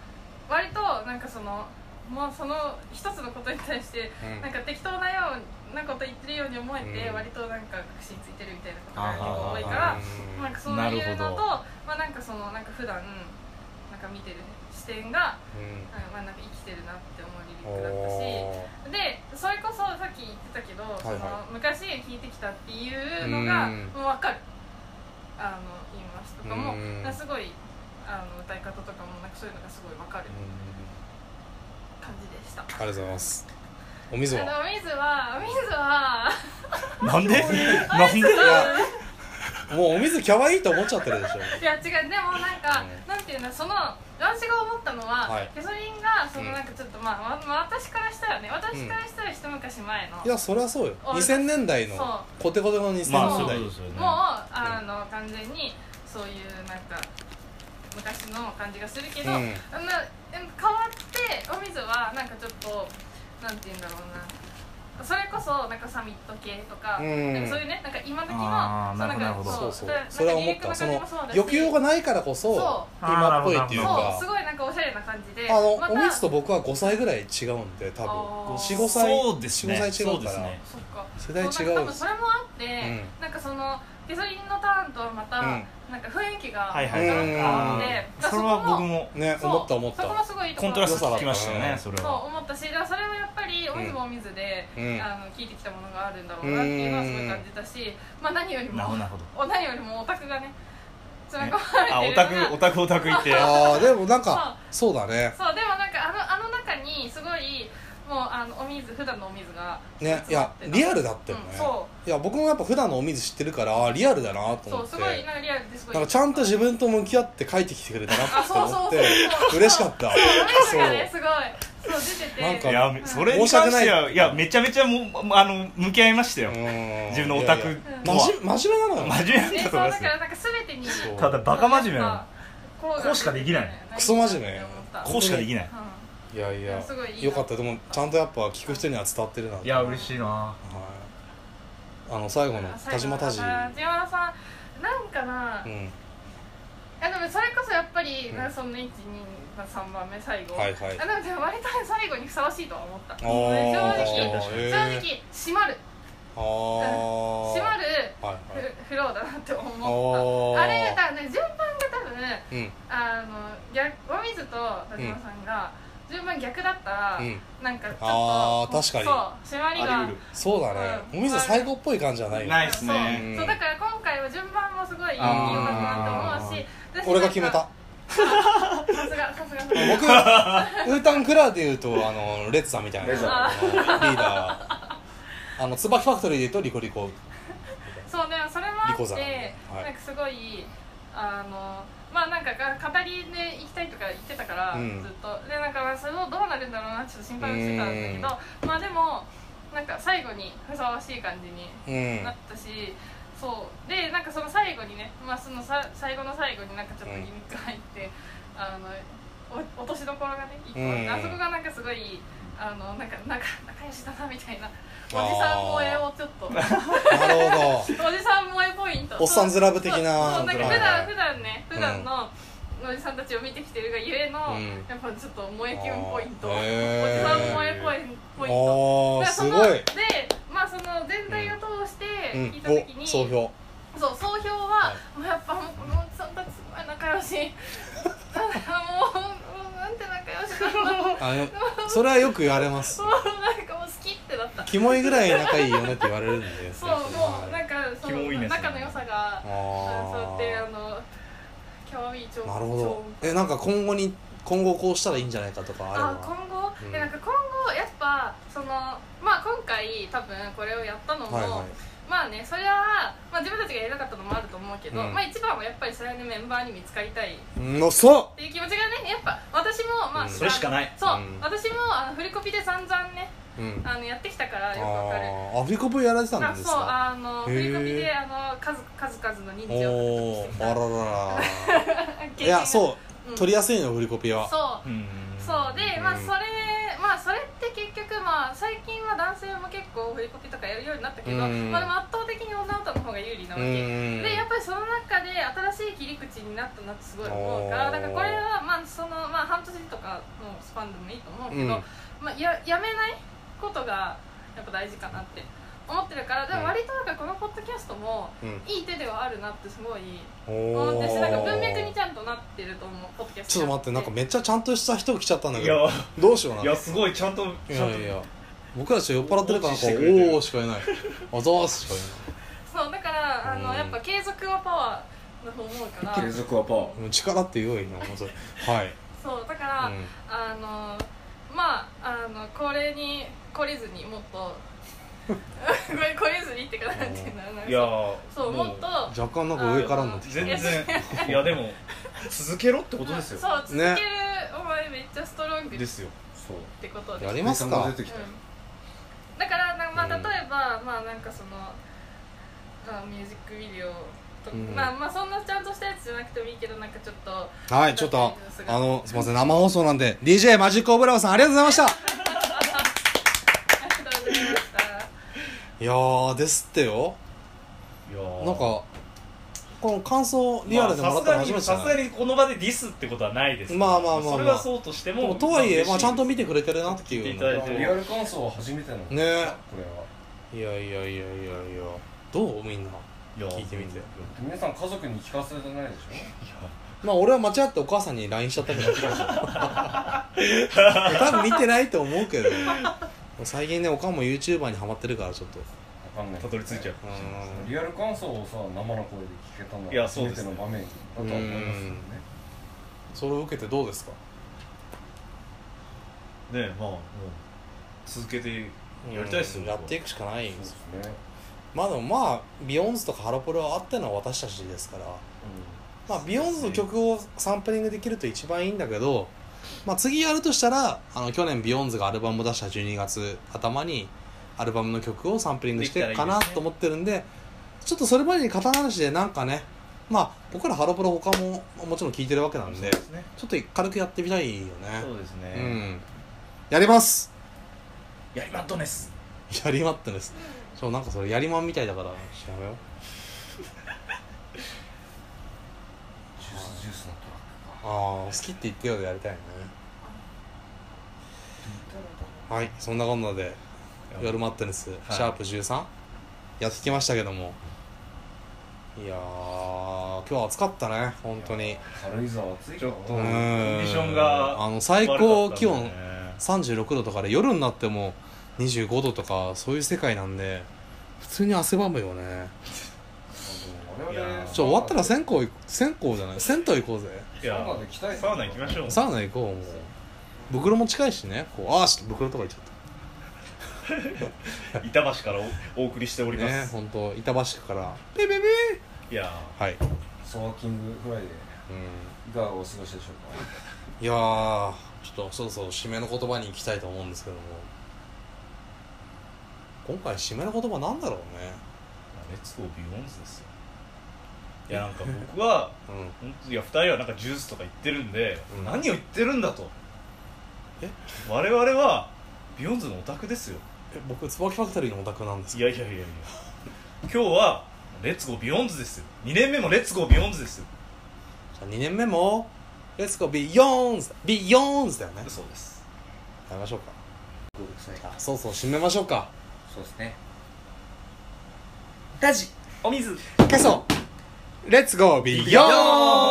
Speaker 4: 割となんかそのもうその一つのことに対して
Speaker 1: うん
Speaker 4: なんか適当なようなこと言ってるように思えて、
Speaker 1: うん
Speaker 4: 割となんか確信ついてるみたいなことが結構多いか
Speaker 2: あ
Speaker 4: ら
Speaker 1: うん
Speaker 4: なんかそう
Speaker 2: なる
Speaker 4: いう
Speaker 2: ほ
Speaker 4: のと
Speaker 2: ど
Speaker 4: まあなんかそのなんか普段なんか見てる視点が、
Speaker 1: うん
Speaker 4: うんまあなんか生きてるなって思
Speaker 1: お
Speaker 4: うリリックだったし。
Speaker 1: ー
Speaker 4: でそれこそさっき言ってたけど、
Speaker 1: はい
Speaker 4: その昔聞いてきたっていうのが
Speaker 1: うん
Speaker 4: もう分かるあの言いますとかも
Speaker 1: うん
Speaker 4: だからすごいあの歌い方とかもなんかそういうのがすごい分かる
Speaker 1: うん
Speaker 4: 感じでした。
Speaker 1: ありがとうございますお水は
Speaker 4: あの水は水は
Speaker 2: なんでなんで
Speaker 1: もうお水キャワイイと思っちゃってるでしょ
Speaker 4: いや違うでもなんか、
Speaker 1: うん
Speaker 4: なんていうのその私が思ったのは、
Speaker 1: はい
Speaker 4: ゲソリンがそ
Speaker 1: うん
Speaker 4: のなんかちょっと、まあ、ままあ私からしたらね私からしたら一昔前の、
Speaker 1: いやそりゃそうよ
Speaker 4: あ
Speaker 1: 2000年代の
Speaker 4: そう
Speaker 1: コテコテの2000年
Speaker 2: まあそう
Speaker 1: 代
Speaker 2: いうことですよね
Speaker 4: もうあの完全にそういうなんか昔の感じがするけど、
Speaker 1: うん
Speaker 4: あの変わってお水はなんかちょっとなんて言うんだろうなそれこそなんかサミット系とか,、
Speaker 1: うん
Speaker 4: なんかそういうねなんか今時の
Speaker 2: あー
Speaker 4: そう
Speaker 2: なる
Speaker 4: ん
Speaker 2: ほ
Speaker 4: か
Speaker 2: ど
Speaker 1: そうそう
Speaker 4: だ
Speaker 1: それは思ったそ
Speaker 4: から
Speaker 1: の
Speaker 4: なんかリメイクの感じもそうだし
Speaker 1: 欲求がないからこそ
Speaker 4: そう
Speaker 1: 今っぽいっていう
Speaker 4: そう
Speaker 1: か
Speaker 4: すごいなんかおしゃれな感じで
Speaker 1: あの
Speaker 4: また
Speaker 1: お水と僕は5歳ぐらい違うんで多分
Speaker 4: あー
Speaker 1: 45歳
Speaker 2: そうですね
Speaker 1: 45歳違
Speaker 2: そうう
Speaker 1: か
Speaker 2: で
Speaker 1: ら
Speaker 2: すね
Speaker 4: そっか
Speaker 1: 世代違う
Speaker 4: そうなんか多分それもあって、
Speaker 1: う
Speaker 4: なんかそのゲソリンのターンとはまた、
Speaker 1: うん
Speaker 4: なんか雰囲気が
Speaker 2: はいは
Speaker 1: う
Speaker 2: い
Speaker 1: ん
Speaker 2: あ
Speaker 4: で
Speaker 2: ーそれは僕も
Speaker 1: ね
Speaker 4: そう
Speaker 1: 思った思った
Speaker 4: そこもすごいいいと
Speaker 2: コ
Speaker 4: ころ
Speaker 2: ントラスト聞きましたよねそれ
Speaker 4: そう
Speaker 2: は
Speaker 4: 思ったしだからそれはやっぱりお水もお水で、
Speaker 1: うん
Speaker 4: あの聞いてきたものがあるんだろうなっていうのはすごい感じたし、まあ何よりも
Speaker 2: なるほどなる ほど
Speaker 4: お何よりもオタクがね詰め込
Speaker 2: あ
Speaker 4: まれ
Speaker 2: オ
Speaker 4: て
Speaker 2: タ
Speaker 4: るのが
Speaker 2: クオタクオタク言って
Speaker 1: あーでもなんかそうだね
Speaker 4: そうでもなんかあのあの中にすごいもうあのお水普段のお水が
Speaker 1: ねいやリアルだったよね
Speaker 4: うんそ
Speaker 1: いや僕もやっぱ普段のお水知ってるからあーリアルだなと
Speaker 4: そ
Speaker 1: 思
Speaker 4: う
Speaker 1: って
Speaker 4: すごいなんかリアルですごい
Speaker 1: なんかちゃんと自分と向き合って帰ってきてくれたな
Speaker 4: あ
Speaker 1: と
Speaker 4: そうそう
Speaker 1: 思っ
Speaker 4: そう
Speaker 1: て
Speaker 4: そう
Speaker 1: 嬉しかった
Speaker 4: お水
Speaker 1: う
Speaker 4: がねすごいそう出てて
Speaker 1: なんか
Speaker 2: いやそれに関してはいやめちゃめちゃもうあの向き合いましたよ
Speaker 1: うん
Speaker 2: 自分のオタ
Speaker 1: いや
Speaker 2: ク
Speaker 1: い
Speaker 2: と
Speaker 1: や
Speaker 2: は
Speaker 1: まじ真面目なのよ
Speaker 2: 真面目
Speaker 4: え
Speaker 2: なんだと思い
Speaker 4: そうだ
Speaker 2: ます
Speaker 4: か
Speaker 2: よ
Speaker 4: らなんか全てに
Speaker 1: そう
Speaker 2: ただバカ真面目なの
Speaker 4: こう
Speaker 2: こうしかできない
Speaker 1: クソ真面目
Speaker 2: こうしかできない
Speaker 1: いやいや
Speaker 4: すごいいいな
Speaker 1: よかったでもちゃんとやっぱ聞く人には伝わってるなはい
Speaker 2: 嬉しいな
Speaker 1: あの最後の田島田
Speaker 4: ジ
Speaker 1: ジ
Speaker 4: 田島さんなんかな、
Speaker 1: う
Speaker 4: い
Speaker 1: ん
Speaker 4: やでもそれこそやっぱり、
Speaker 1: うん
Speaker 4: なんかその123番目最後、
Speaker 1: はいはい
Speaker 4: あでもでも割と最後にふさわしいとは思った正
Speaker 1: おー
Speaker 4: 直
Speaker 1: へー
Speaker 4: 正直閉まる
Speaker 1: あー
Speaker 4: 閉まる
Speaker 1: はいはい
Speaker 4: フフローだなって思
Speaker 1: おー
Speaker 4: ったあれだからね順番が多分
Speaker 1: うん
Speaker 4: あの逆お水と田島さんが順番逆だったら、
Speaker 1: うん
Speaker 4: なんかちょっと
Speaker 1: あー確かに
Speaker 4: そう締まり
Speaker 2: あ
Speaker 4: が
Speaker 2: り得る
Speaker 1: そうだね
Speaker 4: う
Speaker 1: お
Speaker 4: ん
Speaker 1: 水最高っぽい感じじゃないよ
Speaker 2: な
Speaker 4: そう
Speaker 2: いっすね
Speaker 1: うん
Speaker 4: そうだから今回は順番もすごい良かったなと思うし私
Speaker 1: 俺が決めた
Speaker 4: さすがさすがさすが
Speaker 1: 僕ウータンクラーで言うとあのレッツさんみたいな
Speaker 3: レッツ
Speaker 1: あ
Speaker 4: さ
Speaker 1: のリーダーあの椿ファクトリーで言うとリコリコ
Speaker 4: そうでもそれもあ
Speaker 1: リコ
Speaker 4: っ
Speaker 1: さん
Speaker 4: て
Speaker 1: はい
Speaker 4: なんかすごいあのまあなんかが語りで行きたいとか言ってたから、
Speaker 1: うん
Speaker 4: ずっとでなんかまあそれをどうなるんだろうなちょっと心配をしてたんだけどまあでもなんか最後にふさわしい感じに
Speaker 1: うん
Speaker 4: なったし、そうでなんかその最後にね、まあ、そのさ最後の最後になんかちょっとギミック入って、あのお落としどころがね一個あって、
Speaker 1: うん
Speaker 4: あそこがなんかすごいあのなんか仲仲良しだなみたいなおじさん萌えをちょっとお
Speaker 1: なるほ
Speaker 4: じさん萌えポイント
Speaker 1: おっさんずラブ的な
Speaker 4: そうそうな
Speaker 1: はい
Speaker 4: んか普
Speaker 1: はい
Speaker 4: 段普段ね普段の、おじさんたちを見てきてるがゆえの、
Speaker 1: うん
Speaker 4: やっぱちょっと萌えキュンポイント、
Speaker 1: あー
Speaker 4: おじさん萌えポインポイント
Speaker 1: どああ
Speaker 4: だから
Speaker 1: す
Speaker 4: その
Speaker 1: ごい
Speaker 4: でまあその全体を通して、
Speaker 1: うん
Speaker 4: 聞いた時に、
Speaker 1: お
Speaker 4: そ
Speaker 1: 総
Speaker 4: う
Speaker 1: 評
Speaker 4: 総評
Speaker 1: は
Speaker 4: は、
Speaker 1: い
Speaker 4: もうやっぱもうこのおっさんたちすごい仲良し あもうもうなんて仲良しなんだろう
Speaker 1: あのそれはよく言われます
Speaker 4: もうなんかもう好きってなった
Speaker 1: キモいぐらい仲いいよねって言われるんで
Speaker 4: そうもうなんかそ
Speaker 2: キモい
Speaker 4: の
Speaker 2: ですね
Speaker 4: 仲の良さがうんそうやってあ
Speaker 1: あ
Speaker 4: の興味調
Speaker 1: あなるほどえなんか今後に今後こうしたらいいんじゃないかとかあれ
Speaker 4: あ
Speaker 1: ば
Speaker 4: 今後、
Speaker 1: うん
Speaker 4: でなんか今後やっぱそのまあ今回多分これをやったのも、
Speaker 1: はいは
Speaker 4: まあねそれは、まあ、自分たちがやりたかったのもあると思うけど、
Speaker 1: うん
Speaker 4: まあ一番はやっぱりそれでメンバーに見つかりたいっ
Speaker 1: いのそ
Speaker 4: ていう気持ちがねやっぱ私もまあ、
Speaker 1: うん
Speaker 2: それしかない
Speaker 4: そう、
Speaker 1: うん
Speaker 4: 私もあの振りコピで散々ね
Speaker 1: ううん
Speaker 4: あのやってきたからよくわかる
Speaker 1: あーアフリコブやられてたん
Speaker 4: あ
Speaker 1: です
Speaker 4: そう
Speaker 1: か
Speaker 4: あの
Speaker 1: へー
Speaker 4: 振りコピであの数数々の認
Speaker 1: お
Speaker 4: 知を
Speaker 1: お
Speaker 4: 獲得してき
Speaker 1: ー
Speaker 4: た
Speaker 1: あ ららら
Speaker 4: 経
Speaker 1: い
Speaker 4: 験が
Speaker 1: やそう
Speaker 4: うん
Speaker 1: 取りやすいの振りコピは
Speaker 4: そう
Speaker 2: うん
Speaker 4: そうで、まあ
Speaker 1: うん
Speaker 4: それまあそれって結局まあ最近は男性も結構振りコピとかやるようになったけど、
Speaker 1: うん
Speaker 4: まあ、でも圧倒的に女の子の方が有利なわ
Speaker 1: う
Speaker 4: け、
Speaker 1: ん
Speaker 4: でやっぱりその中で新しい切り口になったなってすごい思うから
Speaker 1: おー
Speaker 4: だからこれはまあそのまあ半年とかのスパンでもいいと思うけど、
Speaker 1: うん
Speaker 4: まあ、ややめないことがやっぱ大事かなって思ってるからでも割となんかこのポッドキャストも
Speaker 1: うん
Speaker 4: いい手ではあるなってすごい
Speaker 1: お
Speaker 4: 思ってしなんか文脈に
Speaker 1: ー
Speaker 4: ちゃんとなってると思うポッドキャスト
Speaker 1: ちょっと待ってなんかめっちゃちゃんとした人来ちゃったんだ
Speaker 2: い
Speaker 1: け
Speaker 2: や
Speaker 1: どどうしようない
Speaker 2: やすごいちゃんと
Speaker 1: い
Speaker 2: ちゃん
Speaker 1: や
Speaker 2: と
Speaker 1: いや僕らちょっと酔っ払ってるからなんか
Speaker 2: 放置してくれてる
Speaker 1: おおーしかいないあざーすしかい
Speaker 4: そうだからあの、
Speaker 1: うん
Speaker 4: やっぱ継続はパワーだと思うから
Speaker 3: 継続はパワー
Speaker 1: ないもう力って言うよ今もうそれはい
Speaker 4: そうだから、
Speaker 1: うん
Speaker 4: あのまああのこれに懲りずにもっと これ懲りずにってかなんていうのなんか
Speaker 2: いや
Speaker 4: そうもっと
Speaker 1: 若干なんか上からになってきた
Speaker 2: 全然いやでも続けろってことですよ
Speaker 4: そう続ける、
Speaker 1: ね
Speaker 4: お前めっちゃストロングっ
Speaker 2: ですよ
Speaker 3: そう
Speaker 4: てことで
Speaker 1: やりますか
Speaker 3: 出てきたよ
Speaker 4: うん、だからなまあ、
Speaker 1: うん
Speaker 4: 例えば、まあなんかその、まあ、ミュージックビデオと
Speaker 1: う
Speaker 4: か、
Speaker 1: ん
Speaker 4: まあまあそんなちゃんとしたやつじゃなくてもいいけどなんかちょっと
Speaker 1: はいちょっとあのすみません生放送なんで DJ マジックオブラボさんありがとうございました
Speaker 4: ありがとうございました。
Speaker 1: いやーですってよ
Speaker 2: いやー
Speaker 1: なんかこの感想リアルでもらったの初めてじゃ
Speaker 2: まあさすが
Speaker 1: ない、
Speaker 2: にさすがにこの場でディスってことはないです
Speaker 1: まあまあまあまあ
Speaker 2: それはそうとして
Speaker 1: で
Speaker 2: も
Speaker 1: もとはいえ、まあ、ちゃんと見
Speaker 2: て
Speaker 1: てくれてるなっていうの
Speaker 2: 聞いていただいて
Speaker 3: リアル感想は初めてなのこれ
Speaker 1: ね
Speaker 3: は
Speaker 1: えいやいやいやいやいやどうみんな聞いてみて
Speaker 3: 皆さん家族に聞かせてないでし
Speaker 1: まあ俺は間違ってお母さんに LINE しちゃったけど 多分見てないと思うけど最近ねおかんも YouTuber にハマってるからちょっと
Speaker 3: ょわかんない
Speaker 2: たどり着いちゃう
Speaker 1: うーん
Speaker 3: リアル感想をさ生の声で聞けたの
Speaker 2: いや
Speaker 3: は初
Speaker 2: そう
Speaker 3: め
Speaker 2: で
Speaker 3: て
Speaker 2: すね
Speaker 3: の場面だとは思いますよね
Speaker 1: それを受けてどうですか
Speaker 2: ねまあもう続けてやりたいですよ
Speaker 1: うんやっていくしかないんですよ
Speaker 3: そうですね
Speaker 1: まあでもまあビヨンズとかハロプロはあってのは私たちですからまあ、ビヨンズの曲をサンプリングできると一番いいんだけど、まあ、次やるとしたらあの去年ビヨンズがアルバムを出した12月頭にアルバムの曲をサンプリングしていくかな
Speaker 2: できたらいいですね
Speaker 1: と思ってるんでちょっとそれまでに片話でなんかねまあ僕らハロプロ他ももちろん聴いてるわけな
Speaker 2: そうん
Speaker 1: で
Speaker 2: ですね
Speaker 1: ちょっと軽くやってみたいよね
Speaker 2: そうです
Speaker 1: う
Speaker 2: ね
Speaker 1: んやります
Speaker 2: やりまっとんです
Speaker 1: やりまってですそうなんかそれやりまんみたいだから調べよう
Speaker 3: ジュースジュースのトラッ
Speaker 1: あ
Speaker 3: ク
Speaker 1: あ好きって言ってよでやりたいねはいそんなこんなで夜マットネス、シャープ13やってきましたけどもいやー今日は暑かったね本当に
Speaker 3: 軽井沢暑いか
Speaker 2: ちょっ
Speaker 3: ら
Speaker 1: う
Speaker 2: と
Speaker 1: ん
Speaker 2: コンディションが
Speaker 1: あの最高気温
Speaker 2: 悪かったん
Speaker 1: 36度とかで夜になっても25度とかそういう世界なんで普通に汗ばむよね
Speaker 3: あでも我々
Speaker 1: ちょ終わったら線香行線香じゃない銭湯行こうぜ
Speaker 2: だよね
Speaker 3: サウナで来たい
Speaker 2: いや
Speaker 3: です
Speaker 2: サウナ行きましょう
Speaker 1: サウナ行こうもう袋も近いしねこうああ袋とか行っちゃった
Speaker 2: 板橋からおお送りしておりま
Speaker 1: ね
Speaker 2: す
Speaker 1: 本当板橋区からピピピ
Speaker 2: いや
Speaker 1: はい、
Speaker 3: ソワーキングフライデ
Speaker 1: う
Speaker 3: ーいかがお過ごしでしょう
Speaker 1: ん、
Speaker 3: か
Speaker 1: いやーちょっとそろそろ締めの言葉に行きたいと思うんですけども今回締めの言葉なんだろうね
Speaker 2: レッツゴービヨンズですよいやなんか僕は
Speaker 1: うん
Speaker 2: 本当いや2人はなんかジュースとか言ってるんで、
Speaker 1: うん
Speaker 2: 何を言ってるんだと
Speaker 1: え
Speaker 2: 我々はビヨンズのオタクですよ
Speaker 1: え僕椿ファクトリーのオタクなんです
Speaker 2: い
Speaker 1: けど
Speaker 2: やいやいやいや今日はレッツゴービヨンズですよ2年目もレッツゴービヨンズですよ
Speaker 1: じゃあ2年目もレッツゴービヨーンズビヨーンズだよね
Speaker 2: そうです
Speaker 1: やりましょうか
Speaker 3: ごめんなさい
Speaker 1: あそうそう締めましょうか
Speaker 3: そうですね
Speaker 2: ラジお水
Speaker 1: けそうレッツゴービヨーン